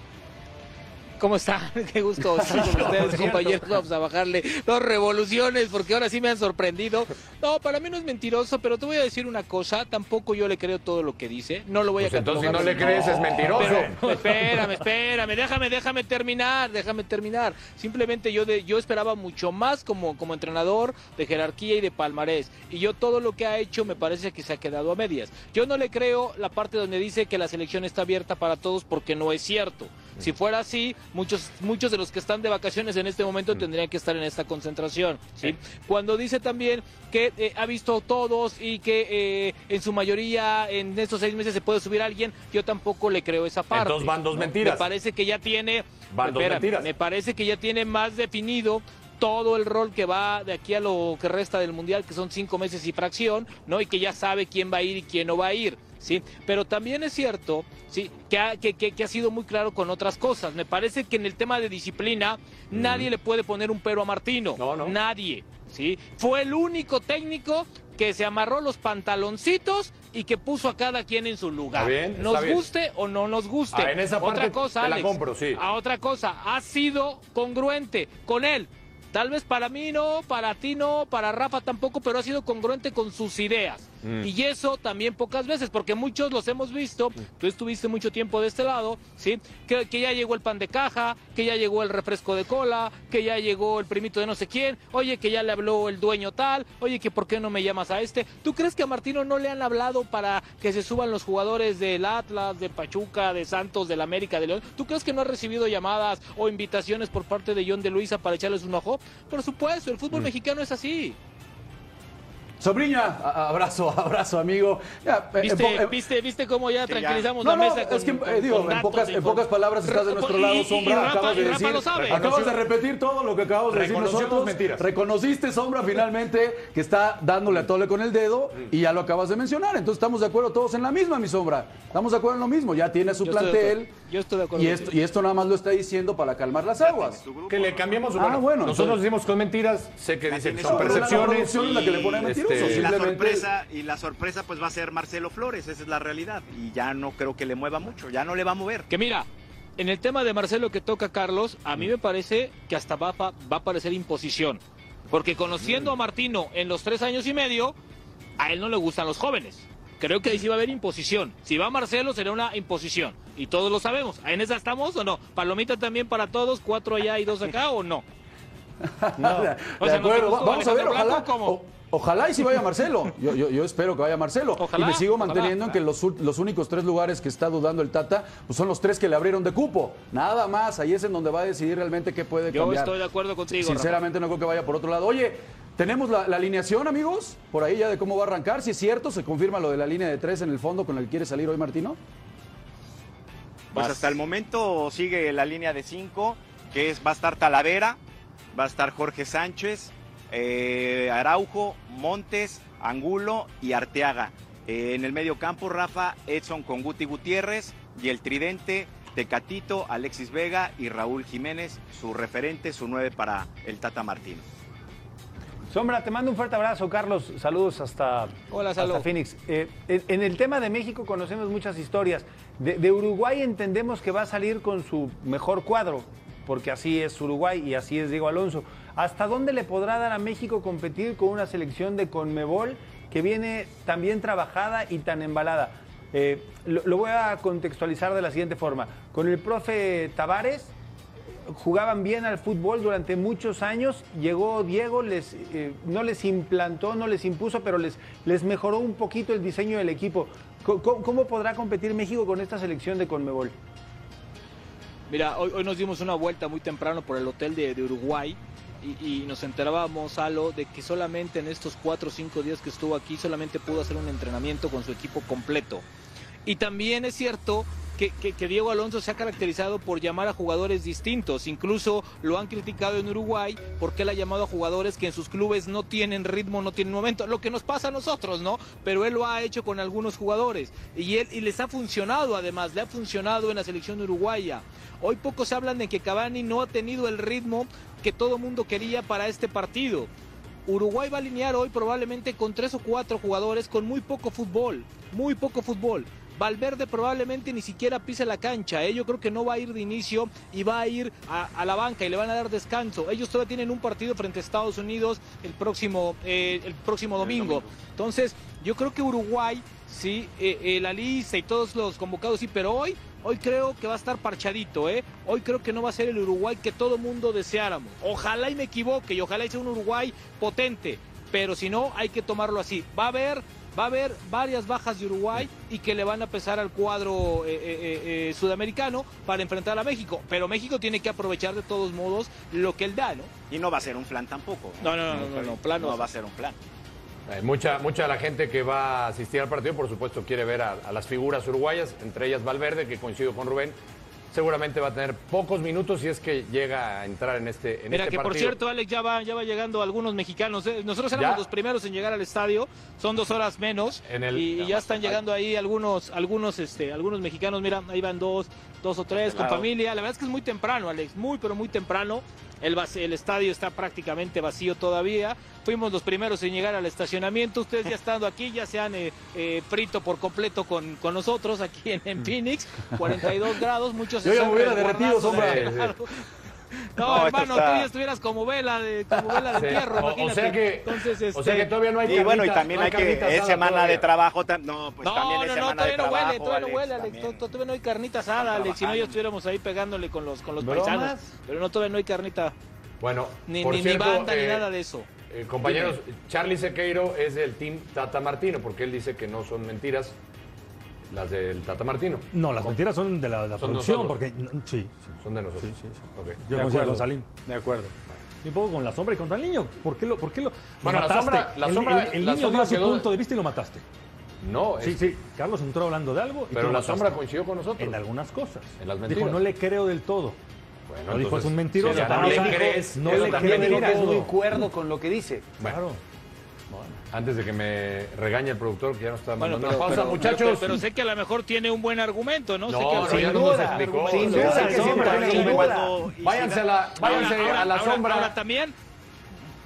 S12: ¿Cómo están? *laughs* Qué gusto estar con ustedes, compañeros. Vamos a bajarle dos revoluciones porque ahora sí me han sorprendido. No, para mí no es mentiroso, pero te voy a decir una cosa. Tampoco yo le creo todo lo que dice. No lo voy
S13: Pues
S12: a
S13: entonces, si
S12: catalogar
S13: no
S12: de
S13: le crees, es mentiroso.
S12: Pero, espérame, espérame. Déjame, déjame terminar. Déjame terminar. Simplemente yo, de, yo esperaba mucho más como, como entrenador de jerarquía y de palmarés. Y yo todo lo que ha hecho me parece que se ha quedado a medias. Yo no le creo la parte donde dice que la selección está abierta para todos porque no es cierto.
S13: Mm.
S12: Si fuera así, muchos, muchos de los que están de vacaciones en este momento
S13: Mm.
S12: tendrían que estar en esta concentración. ¿sí? Cuando dice también que eh, ha visto todos y que eh, en su mayoría en estos seis meses se puede subir alguien, yo tampoco le creo esa parte.
S13: Entonces van dos
S12: ¿no?
S13: mentiras.
S12: Me parece que ya tiene.
S13: Van dos
S12: Espérame,
S13: mentiras.
S12: me parece que ya tiene más definido todo el rol que va de aquí a lo que resta del mundial, que son cinco meses y fracción, ¿no? Y que ya sabe quién va a ir y quién no va a ir. Sí, pero también es cierto, sí, que ha, que, que- que ha sido muy claro con otras cosas. Me parece que en el tema de disciplina nadie le puede poner un pero a Martino. Nadie. ¿sí? Fue el único técnico que se amarró los pantaloncitos y que puso a cada quien en su lugar.
S13: Está bien, está
S12: nos
S13: bien.
S12: guste o no nos guste.
S13: Ah, en esa
S12: otra
S13: parte
S12: cosa,
S13: te la
S12: Alex,
S13: compro, sí.
S12: a otra cosa, ha sido congruente con él. Tal vez para mí no, para ti no, para Rafa tampoco, pero ha sido congruente con sus ideas.
S14: Mm.
S12: Y eso también pocas veces, porque muchos los hemos visto, tú estuviste mucho tiempo de este lado, ¿sí? Que, que ya llegó el pan de caja, que ya llegó el refresco de cola, que ya llegó el primito de no sé quién, oye, que ya le habló el dueño tal, oye, que por qué no me llamas a este. ¿Tú crees que a Martino no le han hablado para que se suban los jugadores del Atlas, de Pachuca, de Santos, del América, de León? ¿Tú crees que no ha recibido llamadas o invitaciones por parte de John de Luisa para echarles un ojo? Por supuesto, el fútbol mexicano es así.
S4: Sobriña, a- abrazo, *laughs* abrazo, amigo. Ya, eh,
S12: ¿Viste,
S4: en po- eh,
S12: viste, viste cómo ya
S4: Sí, ya.
S12: tranquilizamos
S4: No,
S12: la
S4: no,
S12: mesa?
S4: es que, eh, digo, en pocas- en pocas palabras estás de nuestro lado, Sombra, acabas de decir- acabas de repetir todo lo que acabamos de decir
S13: Reconoció tus
S4: nosotros.
S13: mentiras.
S4: Reconociste, Sombra, finalmente, que está dándole a tole con el dedo y ya lo acabas de mencionar. Entonces estamos de acuerdo todos en la misma, mi Sombra. Estamos de acuerdo en lo mismo. Ya tiene su
S12: Yo estoy de
S4: plantel.
S12: acuerdo. Yo estoy de acuerdo
S4: Y esto, y esto nada más lo está diciendo para calmar las aguas.
S13: Que le cambiamos su
S4: Ah, bueno,
S13: Nosotros
S4: entonces-
S13: decimos con mentiras, sé que dice que
S4: tiene
S13: son
S4: su- pero la
S13: percepciones.
S4: producción es la que le pone mentiroso,
S13: este,
S11: y la
S4: simplemente-
S11: sorpresa y la sorpresa pues va a ser Marcelo Flores, esa es la realidad y ya no creo que le mueva mucho, ya no le va a mover.
S12: Que mira, en el tema de Marcelo que toca Carlos, a
S4: Mm.
S12: mí me parece que hasta va, pa- va a parecer imposición. Porque
S4: Mm.
S12: conociendo a Martino en los tres años y medio, a él no le gustan los jóvenes. Creo que ahí sí va a haber imposición. Si va Marcelo, será una imposición. Y todos lo sabemos. ¿En esa estamos o no? ¿Palomita también para todos? ¿Cuatro allá y dos acá o
S4: *laughs*
S12: no?
S4: de
S12: O sea,
S4: acuerdo,
S12: ¿nos gustó
S4: va- vamos a ver,
S12: Alejandro Blanco
S4: ojalá.
S12: o cómo?
S4: o- Ojalá y si vaya Marcelo. Yo, yo- yo espero que vaya Marcelo.
S12: Ojalá,
S4: y me sigo
S12: ojalá.
S4: manteniendo en que los, ul- los únicos tres lugares que está dudando el Tata pues son los tres que le abrieron de cupo. Nada más, ahí es en donde va a decidir realmente qué puede
S12: Yo
S4: cambiar.
S12: estoy de acuerdo contigo. Rafa.
S4: Sinceramente no creo que vaya por otro lado. Oye, tenemos la, la alineación, amigos, por ahí ya de cómo va a arrancar. Si es cierto, se confirma lo de la línea de tres en el fondo con el que quiere salir hoy Martino.
S11: Pues
S4: Vas.
S11: hasta el momento sigue la línea de cinco, que es va a estar Talavera, va a estar Jorge Sánchez, eh, Araujo, Montes, Angulo y Arteaga. Eh, en el medio campo, Rafa, Edson con Guti Gutiérrez y el tridente, Tecatito, Alexis Vega y Raúl Jiménez, su referente, su nueve para el Tata Martino.
S3: Sombra, te mando un fuerte abrazo, Carlos. Saludos hasta,
S12: Hola,
S3: hasta
S12: Salo.
S3: Phoenix. Eh, en, en el tema de México conocemos muchas historias. De, de Uruguay entendemos que va a salir con su mejor cuadro, porque así es Uruguay y así es Diego Alonso. ¿Hasta dónde le podrá dar a México competir con una selección de Conmebol que viene tan bien trabajada y tan embalada? Eh, lo- lo voy a contextualizar de la siguiente forma. Con el profe Tavares jugaban bien al fútbol durante muchos años. Llegó Diego, les, eh, no les implantó, no les impuso, pero les, les mejoró un poquito el diseño del equipo. Co- co- ¿Cómo, podrá competir México con esta selección de Conmebol?
S12: Mira, hoy, hoy nos dimos una vuelta muy temprano por el hotel de, de Uruguay y, y nos enterábamos, Alo, de que solamente en estos cuatro o cinco días que estuvo aquí, solamente pudo hacer un entrenamiento con su equipo completo. Y también es cierto que, que- que Diego Alonso se ha caracterizado por llamar a jugadores distintos. Incluso lo han criticado en Uruguay porque él ha llamado a jugadores que en sus clubes no tienen ritmo, no tienen momento. Lo que nos pasa a nosotros, ¿no? Pero él lo ha hecho con algunos jugadores. Y, él, y les ha funcionado además, le ha funcionado en la selección uruguaya. Hoy pocos hablan de que Cavani no ha tenido el ritmo que todo mundo quería para este partido. Uruguay va a alinear hoy probablemente con tres o cuatro jugadores con muy poco fútbol, muy poco fútbol. Valverde probablemente ni siquiera pise la cancha, ¿eh? yo creo que no va a ir de inicio y va a ir a, a la banca y le van a dar descanso. Ellos todavía tienen un partido frente a Estados Unidos el próximo, eh, el próximo domingo. Entonces, yo creo que Uruguay, sí, eh, eh, la lista y todos los convocados, sí, pero hoy, hoy creo que va a estar parchadito, ¿eh? Hoy creo que no va a ser el Uruguay que todo mundo deseáramos. Ojalá y me equivoque y ojalá y sea un Uruguay potente, pero si no, hay que tomarlo así. Va a haber, va a haber varias bajas de Uruguay y que le van a pesar al cuadro eh, eh, eh, eh, sudamericano para enfrentar a México, pero México tiene que aprovechar de todos modos lo que él da, ¿no?
S11: Y no va a ser un flan tampoco.
S12: No, no, no, no, no, plan no.
S11: va a ser un plan.
S1: Eh, mucha, mucha de la gente que va a asistir al partido, por supuesto, quiere ver a, a las figuras uruguayas, entre ellas Valverde, que coincido con Rubén. Seguramente va a tener pocos minutos si es que llega a entrar en este, en
S12: Mira,
S1: este
S12: que
S1: partido.
S12: por cierto, Alex, ya, va, ya va llegando algunos mexicanos. ¿eh? Nosotros éramos
S1: Ya.
S12: los primeros en llegar al estadio, son dos horas menos,
S1: En el-
S12: y, y ya están llegando ahí algunos algunos este, algunos mexicanos. Mira, ahí van dos, dos o tres, con
S1: Claro.
S12: familia. La verdad es que es muy temprano, Alex, muy, pero muy temprano. El, vac- el estadio está prácticamente vacío todavía. Fuimos los primeros en llegar al estacionamiento. Ustedes
S1: *laughs*
S12: ya estando aquí, ya se han eh, eh, frito por completo con, con nosotros aquí en,
S1: Mm.
S12: en
S1: *laughs*
S12: Phoenix.
S3: *laughs*
S12: 42 grados, muchos
S4: Yo ya me hubiera
S12: resguardados
S4: derretido, sombra.
S12: del calor. No,
S1: No, esto
S12: hermano,
S1: está-
S12: tú ya estuvieras como vela de, como vela de
S1: Sí.
S12: hierro,
S1: O- o
S12: imagínate.
S1: sea que-
S12: Entonces, este,
S1: o sea que todavía no hay
S11: Y bueno, y
S1: carnita,
S11: también
S1: no
S11: hay
S1: hay
S11: que.
S1: carnita
S11: Es
S1: asada
S11: semana de
S1: todavía.
S11: trabajo. tam- No, pues también
S12: No,
S11: es
S12: no,
S11: semana
S12: no,
S11: de
S12: todavía no
S11: trabajo.
S12: huele, todavía no
S11: Alex.
S12: huele, Alex. To- to- Todavía no hay carnita asada, Alex. Si no, ya estuviéramos ahí pegándole con los, con los
S1: ¿Bromas?
S12: paisanos. Pero no, todavía no hay carnita.
S1: Bueno,
S12: Ni,
S1: por
S12: ni,
S1: cierto,
S12: ni banda, ni
S1: eh,
S12: nada de eso.
S1: Eh, compañeros, Charlie Sequeiro es del team Tata Martino, porque él dice que no son mentiras las del Tata Martino.
S2: No, las mentiras son de la, la
S1: Son
S2: producción, porque.
S1: nosotros.
S2: no, sí.
S1: Son de nosotros. Ok.
S2: Yo considero
S1: De
S2: a
S1: acuerdo.
S2: Salín.
S3: De acuerdo.
S2: Y un poco con la sombra y contra el niño. ¿Por qué lo.? Por qué lo lo
S1: Bueno, la
S2: mataste?
S1: sombra- la
S2: El-
S1: sombra-
S2: el, el
S1: la
S2: niño
S1: sombra
S2: dio su
S1: quedó-
S2: punto de vista y lo mataste.
S1: No,
S2: Sí,
S1: es-
S2: sí. Carlos entró hablando de algo. y tú
S1: Pero
S2: lo
S1: la
S2: mataste.
S1: sombra coincidió con nosotros.
S2: En algunas cosas.
S1: En las mentiras.
S2: Dijo, no le creo del todo.
S1: Bueno,
S2: No dijo,
S1: entonces,
S2: es un mentiroso.
S1: si a
S2: Pero
S1: Daniel
S2: no dijo,
S1: crees,
S2: no
S1: eso
S2: le
S1: también
S2: creo
S1: es
S2: del
S1: mentira,
S3: Es
S2: todo.
S3: muy cuerdo con lo que dice.
S1: Claro. Antes de que me regañe el productor, que ya no está
S12: Bueno,
S1: mandando
S12: pero,
S1: una pausa,
S12: pero-
S1: muchachos.
S12: pero- pero sé que a lo mejor tiene un buen argumento, ¿no? sé
S1: No,
S12: que
S1: no,
S12: al-
S1: ya nos explicó.
S12: Sin
S1: Sí,
S12: duda,
S1: sí,
S12: que
S1: sí,
S12: sí,
S1: hombre,
S12: sin
S1: sin
S12: duda.
S1: duda. Váyanse a la- váyanse
S12: Ahora,
S1: a la
S12: ahora,
S1: sombra.
S12: Ahora también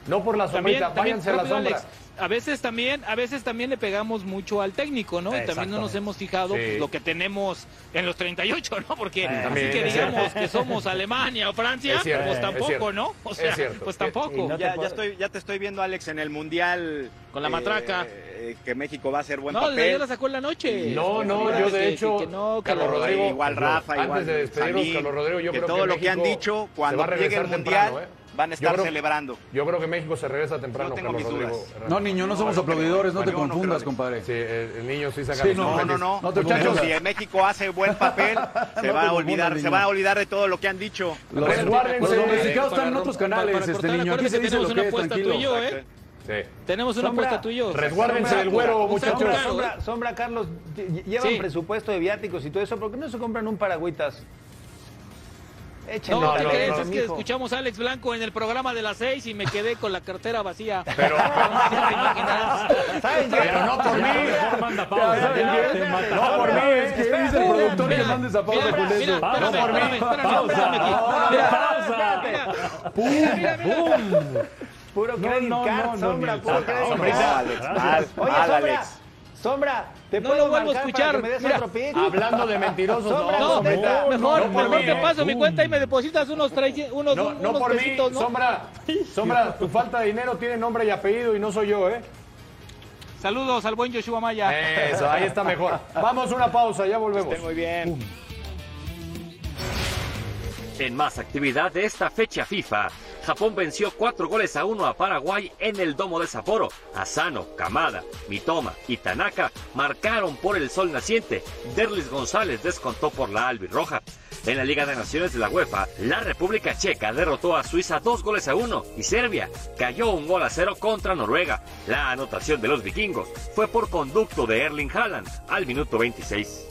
S1: No por la
S12: También-
S1: sombrita,
S12: también,
S1: váyanse a la
S12: rápido,
S1: sombra.
S12: Alex, a veces también, a veces también le pegamos mucho al técnico, ¿no? Y también no nos
S1: Exactamente.
S12: hemos fijado
S1: Sí.
S12: pues, lo que tenemos en los 38, ¿no? Porque
S1: Eh,
S12: así
S1: también,
S12: que
S1: es cierto.
S12: digamos que somos Alemania o Francia,
S1: Es cierto,
S12: pues
S1: es
S12: tampoco,
S1: cierto.
S12: ¿no? O
S1: Es
S12: sea,
S1: cierto.
S12: pues tampoco.
S11: Ya, ya estoy, ya te estoy viendo, Alex, en el Mundial.
S12: Con la matraca.
S11: eh, que México va a hacer buen
S12: No,
S11: papel.
S12: la ya la sacó en la noche.
S1: No, no,
S12: Este,
S1: yo de
S12: que-
S1: hecho,
S12: que no, que
S1: Carlos
S12: lo-
S1: Rodrigo,
S11: igual
S1: yo,
S11: Rafa,
S1: antes
S11: igual
S1: de despedirnos,
S11: Sanín,
S1: Carlos Rodrigo, yo
S11: que
S1: creo
S11: todo
S1: que
S11: lo que han
S1: México
S11: dicho,
S1: se
S11: cuando
S1: va a
S11: llegue
S1: regresar
S11: el Mundial,
S1: temprano, ¿eh?
S11: van a
S1: Yo
S11: estar
S1: creo-
S11: celebrando.
S1: Yo creo que México se regresa temprano,
S11: Yo tengo
S1: Carlos
S11: mis
S1: Rodrigo.
S11: dudas.
S1: Herrera.
S4: No, niño, no somos aplaudidores, no te confundas, compadre.
S1: Sí, el, el niño sí saca
S4: Sí,
S1: los
S4: no,
S1: papeles.
S11: No, no, no.
S4: te
S11: Muchachos,
S4: confundas.
S11: si México hace buen *laughs* papel, se
S4: No
S11: van
S4: te
S11: a olvidar,
S4: confundas,
S11: se van a olvidar de todo lo que han dicho.
S4: Los,
S1: Resguárdense.
S4: los domesticados
S1: Para-
S4: están en otros
S1: para- para
S4: canales,
S1: cortar,
S4: este niño. Aquí
S12: acuérdate
S4: se
S12: que
S4: dice lo
S12: tenemos una
S4: que es,
S12: apuesta
S4: tranquilo.
S12: tú y yo, ¿eh?
S1: Sí.
S12: Tenemos una
S3: Sombra,
S12: apuesta tú y yo.
S1: Resguárdense del güero,
S3: Sombra,
S1: muchachos.
S3: Sombra, Sombra, Carlos, lle- llevan
S12: Sí.
S3: presupuesto de viáticos y todo eso. ¿Por qué no se compran un paragüitas? Échenle
S12: No,
S3: un
S12: ¿te
S3: paragüitas,
S12: crees? es que
S3: mijo.
S12: escuchamos a Alex Blanco en el programa de las seis y me quedé con la cartera vacía.
S1: *laughs*
S12: *laughs*
S1: Pero-
S12: Entonces, ya te imaginas.
S3: ¿Saben qué?
S1: Pero no por mí.
S2: Mejor manda pausa,
S3: Ya,
S2: ya,
S3: ya,
S2: te
S3: ya,
S2: mata.
S3: ya.
S2: No, por mí.
S4: Es que dice el productor que mandes a pausa
S12: Mira,
S4: con
S12: mira,
S4: eso.
S12: espérame,
S4: No, por mí.
S12: espérame, espérame, espérame aquí.
S2: Pausa.
S12: Mira,
S2: Pausa.
S12: mira, mira.
S3: Puro
S2: No,
S3: credit
S2: no,
S3: card,
S2: no, no,
S3: Sombra,
S2: ni el
S3: puro
S2: Tata,
S3: credit
S2: hombre,
S3: card.
S11: Alex,
S3: Oye,
S11: mal, mal,
S3: Sombra,
S11: Alex.
S3: Sombra, te
S12: No
S3: puedo
S12: lo vuelvo a
S3: marcar
S12: escuchar.
S3: para que me des
S12: Mira,
S3: otro pick.
S1: Hablando de mentirosos,
S3: Sombra,
S1: no,
S12: No,
S3: contesta.
S12: mejor,
S1: no por
S12: mejor
S1: mí,
S12: te
S1: eh.
S12: paso mi cuenta y me depositas unos tres, unos,
S1: No, no
S12: unos
S1: por mí,
S12: pesitos, ¿no? *laughs*
S1: Sombra. Sombra, tu falta de dinero tiene nombre y apellido y no soy yo, ¿eh?
S12: Saludos al buen Yoshua Maya.
S1: Eso, ahí está
S12: *laughs*
S1: mejor. Vamos a una pausa, ya volvemos.
S11: Muy bien.
S14: En más actividad de esta fecha FIFA, Japón venció cuatro goles a uno a Paraguay en el domo de Sapporo. Asano, Kamada, Mitoma y Tanaka marcaron por el sol naciente. Derlis González descontó por la albirroja. En la Liga de Naciones de la UEFA, la República Checa derrotó a Suiza dos goles a uno y Serbia cayó un gol a cero contra Noruega. La anotación de los vikingos fue por conducto de Erling Haaland al minuto 26.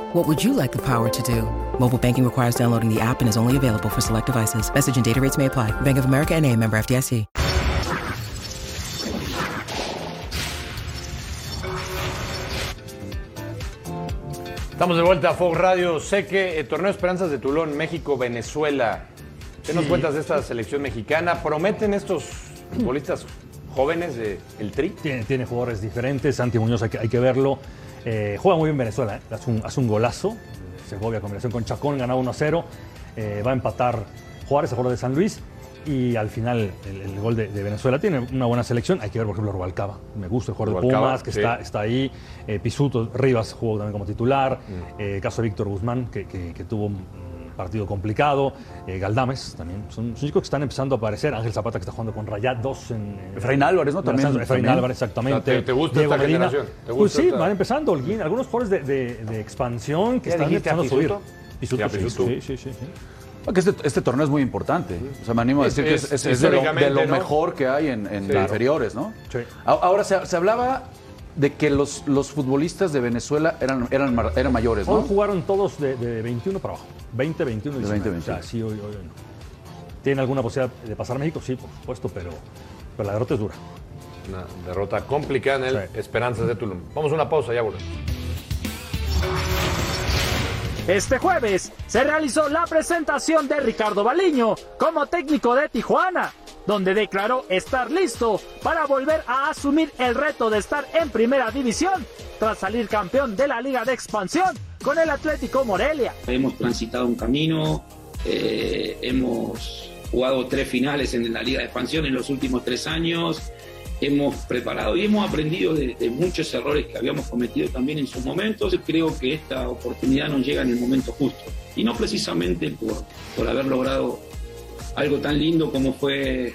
S15: What would you like the power to do? Mobile banking requires downloading the app and is only available for select devices. Message and data rates may apply. Bank of America and a member FDIC.
S1: Estamos de vuelta a Fox Radio. Sé que eh, Torneo Esperanzas de Tulón, México, Venezuela. ¿Qué nos
S13: Sí.
S1: cuentas de esta selección mexicana? ¿Prometen estos futbolistas jóvenes del Tri?
S2: Tiene, tiene jugadores diferentes. Santi Muñoz, hay que, hay que verlo. Eh, juega muy bien Venezuela. ¿eh? Hace, un, hace un golazo. Segovia, combinación con Chacón, ganaba 1-0. Eh, va a empatar Juárez a favor de San Luis. Y al final, el, el gol de, de Venezuela tiene una buena selección. Hay que ver, por ejemplo, Rubalcaba. Me gusta el jugador de
S13: Rubalcaba,
S2: Pumas, que
S13: sí.
S2: está, está ahí. Eh, Pisuto, Rivas jugó también como titular. Eh, caso de Víctor Guzmán, que, que- que tuvo un partido complicado. Eh, Galdames también. Son, son chicos que están empezando a aparecer. Ángel Zapata, que está jugando con Rayad 2 en. en-
S4: Efraín Álvarez, ¿no? También-
S2: Efraín
S4: también.
S2: Álvarez, exactamente.
S4: O sea, ¿te- te gusta esta generación? ¿Te
S2: pues
S4: gusta
S2: sí,
S4: esta-
S2: van empezando. Holguín, algunos jugadores de, de- de expansión que
S4: ¿Ya
S2: están
S4: dijiste a
S2: empezando a subir.
S4: Pisuto?
S2: Pisuto,
S4: Sí, a
S2: sí,
S4: Pisuto.
S2: sí, sí, sí, sí.
S4: Ah, que Este, este torneo es muy importante. O sea, me animo a
S13: Es-
S4: decir que
S13: es-
S4: es, es- es de lo, de lo
S13: históricamente, ¿no?
S4: mejor que hay en, en
S13: Sí.
S4: inferiores, ¿no?
S2: Sí.
S4: A- Ahora, se, se hablaba de que los, los futbolistas de Venezuela eran, eran, mar- eran mayores,
S2: Hoy
S4: ¿no?
S2: jugaron todos de, de 21 para abajo. 20, 21 y
S4: De
S2: 20,
S4: 20,
S2: O sea, sí, hoy, hoy, hoy no. ¿Tiene alguna posibilidad de pasar a México? Sí, por supuesto, pero, pero la derrota es dura.
S1: Una derrota complicada en el Esperanzas de Tulum. Vamos a una pausa, ya volvemos.
S16: Este jueves se realizó la presentación de Ricardo Baliño como técnico de Tijuana, donde declaró estar listo para volver a asumir el reto de estar en primera división tras salir campeón de la Liga de Expansión con el Atlético Morelia.
S17: Hemos transitado un camino, eh, hemos jugado tres finales en la Liga de Expansión en los últimos tres años, hemos preparado y hemos aprendido de, de muchos errores que habíamos cometido también en sus momentos. Creo que esta oportunidad nos llega en el momento justo y no precisamente por, por haber logrado algo tan lindo como fue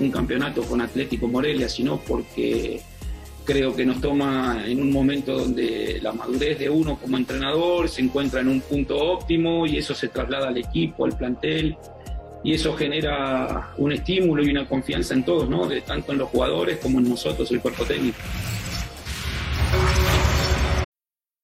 S17: un campeonato con Atlético Morelia, sino porque creo que nos toma en un momento donde la madurez de uno como entrenador se encuentra en un punto óptimo y eso se traslada al equipo, al plantel y eso genera un estímulo y una confianza en todos, ¿no? De, tanto en los jugadores como en nosotros, el cuerpo técnico.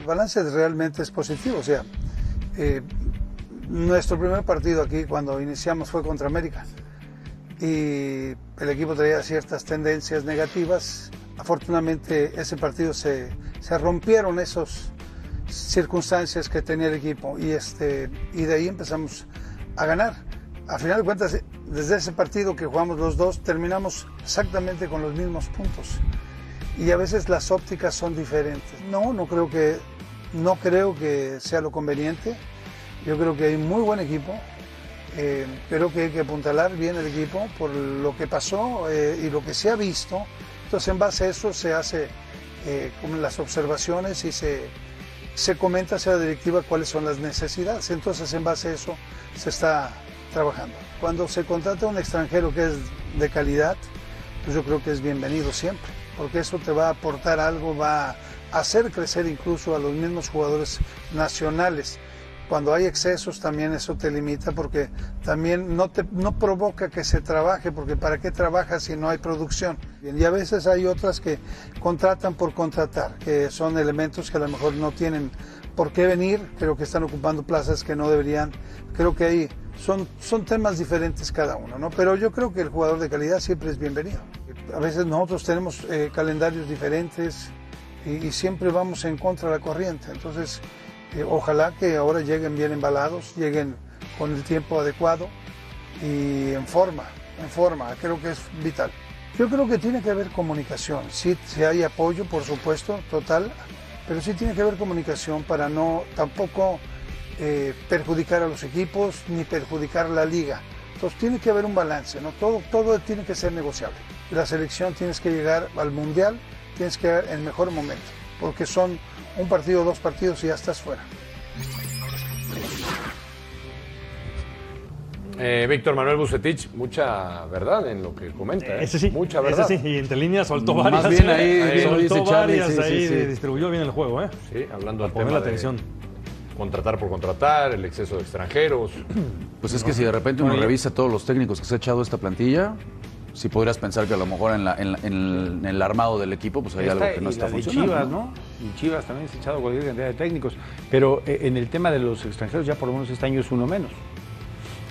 S18: El balance realmente es positivo. O sea, eh, nuestro primer partido aquí cuando iniciamos fue contra América y el equipo traía ciertas tendencias negativas. Afortunadamente ese partido se, se rompieron esas circunstancias que tenía el equipo y, este, y de ahí empezamos a ganar. A final de cuentas, desde ese partido que jugamos los dos, terminamos exactamente con los mismos puntos y a veces las ópticas son diferentes. No, no creo que, no creo que sea lo conveniente. Yo creo que hay muy buen equipo. Eh, creo que hay que apuntalar bien el equipo por lo que pasó eh, y lo que se ha visto. Entonces, en base a eso se hace eh, como las observaciones y se, se comenta hacia la directiva cuáles son las necesidades. Entonces, en base a eso se está trabajando. Cuando se contrata a un extranjero que es de calidad, pues yo creo que es bienvenido siempre, porque eso te va a aportar algo, va a hacer crecer incluso a los mismos jugadores nacionales. Cuando hay excesos también eso te limita porque también no, te, no provoca que se trabaje, porque ¿para qué trabajas si no hay producción? Y a veces hay otras que contratan por contratar, que son elementos que a lo mejor no tienen por qué venir, creo que están ocupando plazas que no deberían, creo que ahí son, son temas diferentes cada uno, ¿no? Pero yo creo que el jugador de calidad siempre es bienvenido. A veces nosotros tenemos eh, calendarios diferentes y, y, siempre vamos en contra de la corriente, entonces eh, ojalá que ahora lleguen bien embalados, lleguen con el tiempo adecuado y en forma, en forma, creo que es vital. Yo creo que tiene que haber comunicación, sí, si hay apoyo, por supuesto, total, pero sí tiene que haber comunicación para no tampoco eh, perjudicar a los equipos ni perjudicar a la liga. Entonces tiene que haber un balance, ¿no? todo, todo tiene que ser negociable. La selección tienes que llegar al mundial, tienes que llegar en el mejor momento, porque son un partido, dos partidos y ya estás fuera.
S1: Eh, Víctor Manuel Bucetich, mucha verdad en lo que comenta. ¿eh?
S2: Ese sí,
S1: mucha verdad.
S2: Ese sí, y entre líneas soltó
S1: Más
S2: varias.
S1: bien ahí, bien lo
S2: *laughs*
S1: dice
S2: soltó
S1: Charlie,
S2: varias,
S1: sí, sí,
S2: ahí
S1: sí.
S2: de- distribuyó bien el juego, ¿eh?
S1: Sí, hablando al
S2: Para poner
S1: tema
S2: la
S1: de
S2: atención.
S1: contratar por contratar, el exceso de extranjeros.
S4: Pues es que si de repente uno
S1: Oye.
S4: revisa todos los técnicos que se ha echado esta plantilla, si podrías pensar que a lo mejor en, la- en la- en el- en el armado del equipo pues hay
S3: Esta
S4: algo que no
S3: y
S4: está
S3: la de
S4: funcionando.
S3: Chivas, ¿no? Y Chivas también se ha echado cualquier cantidad de técnicos. Pero eh, en el tema de los extranjeros, ya por lo menos este año es uno menos.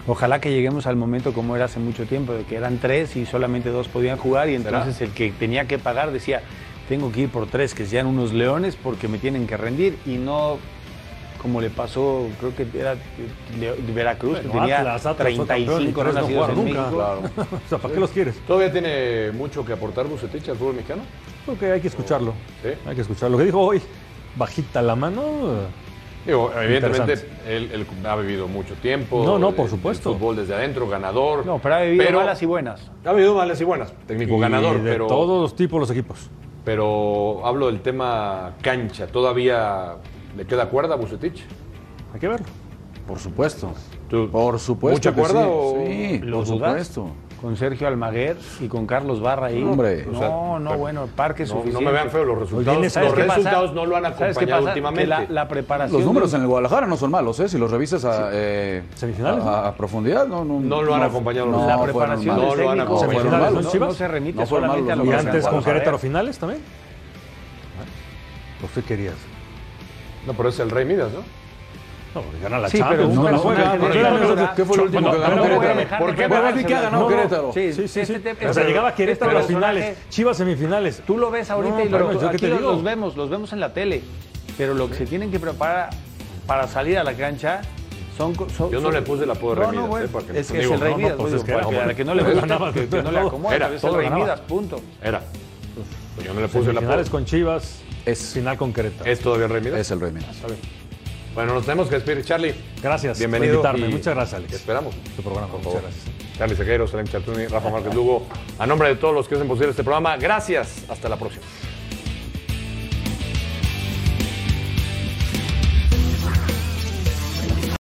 S3: Ojalá que lleguemos al momento como era hace mucho tiempo, de que eran tres y solamente dos podían jugar, y entonces el que tenía que pagar decía, tengo que ir por tres, que sean unos leones porque me tienen que rendir, y no como le pasó, creo que era eh, Le- Veracruz, que
S2: Bueno,
S3: tenía
S2: Atlas, Atlas fue campeón y
S3: 35 no
S2: tres no
S3: nacidos en
S2: jugaron nunca.
S3: México.
S2: Claro. *laughs* O sea, ¿para qué los quieres?
S1: ¿Todavía tiene mucho que aportar Bucetich al fútbol mexicano?
S2: Creo que hay que escucharlo.
S1: Sí.
S2: Hay que escucharlo. Lo que dijo hoy, bajita la mano.
S1: Digo, evidentemente,
S2: interesante.
S1: él, él ha vivido mucho tiempo.
S2: No, no, por
S1: de-
S2: supuesto.
S1: del fútbol desde adentro, ganador. No,
S3: pero ha vivido malas y buenas.
S1: Ha vivido malas y buenas. Técnico
S2: Y
S1: ganador,
S2: de
S1: pero.
S2: todos los tipos, los equipos.
S1: Pero hablo del tema cancha. ¿Todavía le queda cuerda a Bucetich?
S2: Hay que verlo.
S4: Por supuesto. Por
S1: Pues,
S4: supuesto.
S3: ¿Mucha
S4: que
S3: cuerda
S4: sí.
S3: o
S4: Sí, por supuesto.
S3: Con Sergio Almaguer y con Carlos Barra ahí.
S4: Hombre.
S3: no,
S4: O sea,
S3: no, bueno, el parque es
S1: no- no
S3: suficiente.
S1: me vean feo los resultados.
S3: Oye, ¿sabes
S1: Los
S3: qué pasa?
S1: resultados no lo han
S3: ¿Sabes qué
S1: acompañado
S3: pasa?
S1: últimamente.
S3: Que la, la preparación.
S4: Los números
S3: de
S4: en el Guadalajara no son malos, ¿eh? Si los revisas a, eh,
S2: ¿Semifinales,
S4: a, a profundidad, no, no,
S1: No lo han acompañado los
S4: no
S1: resultados.
S4: fueron
S1: La preparación
S4: malos.
S1: del técnico.
S4: No fueron
S1: ¿Semifinales
S4: malos.
S1: son Chivas? No se remite
S4: fueron
S1: solamente
S4: malos
S1: a lo
S4: los
S2: Y
S1: que
S4: números en
S2: antes con
S4: Guadalajara.
S2: Querétaro finales también. ¿Usted querías?
S1: No, pero es el Rey Midas, ¿no?
S2: No, gana la
S1: Sí,
S2: Champions,
S1: pero
S2: no
S1: un
S2: la juega.
S1: personaje
S2: ¿Por
S1: de
S2: qué la
S1: Querétaro?
S2: juega?
S1: ¿Qué fue el último
S2: Bueno,
S1: que ganó
S2: pero no voy a
S1: Querétaro?
S2: dejar
S1: ¿Por
S2: de
S1: qué?
S2: hablar.
S1: Vuelve a decir que ha ganado
S2: No, no.
S1: Querétaro.
S2: Sí, sí, sí.
S1: Este tema-
S2: O sea, llegaba
S1: pero-
S2: Querétaro a las
S1: pero-
S2: finales, Chivas semifinales.
S3: Tú lo ves este ahorita
S2: No,
S3: y lo,
S2: bueno, yo qué
S3: aquí
S2: te
S3: los,
S2: digo.
S3: los vemos, los vemos en la tele. Pero lo que se tienen que preparar para salir a la cancha son. co- son-
S1: Yo no
S3: son-
S1: le puse el apodo de
S3: No,
S1: Rey
S3: no,
S1: Midas,
S3: bueno,
S1: ¿eh? Porque
S3: es que
S1: digo,
S3: es el Rey
S1: no, no,
S3: Midas.
S1: pues
S3: digo,
S1: es que
S3: para
S1: era
S3: que a la
S1: como-
S3: que no le
S1: era-
S3: gusta, que- que no le
S1: Pues, era-
S3: acomoda,
S1: era,
S3: es el
S1: todo
S3: Rey
S1: ganaba.
S3: Midas, punto.
S1: Era. Pues yo no le puse el apodo.
S2: Semifinales con Chivas,
S4: es
S2: final con Querétaro.
S1: ¿Es todavía el Rey Midas?
S4: Es el Rey Midas.
S1: Está bien. Bueno, nos tenemos que despedir, Charlie.
S2: Gracias
S1: Bienvenido.
S2: por invitarme.
S1: y
S2: Muchas gracias, Alex.
S1: te Esperamos.
S2: Tu programa,
S1: Por
S2: muchas
S1: favor.
S2: gracias.
S1: Charlie Sequeiro, Salem Chartuni, Rafa Márquez Lugo. A nombre de todos los que hacen posible este programa, gracias. Hasta la próxima.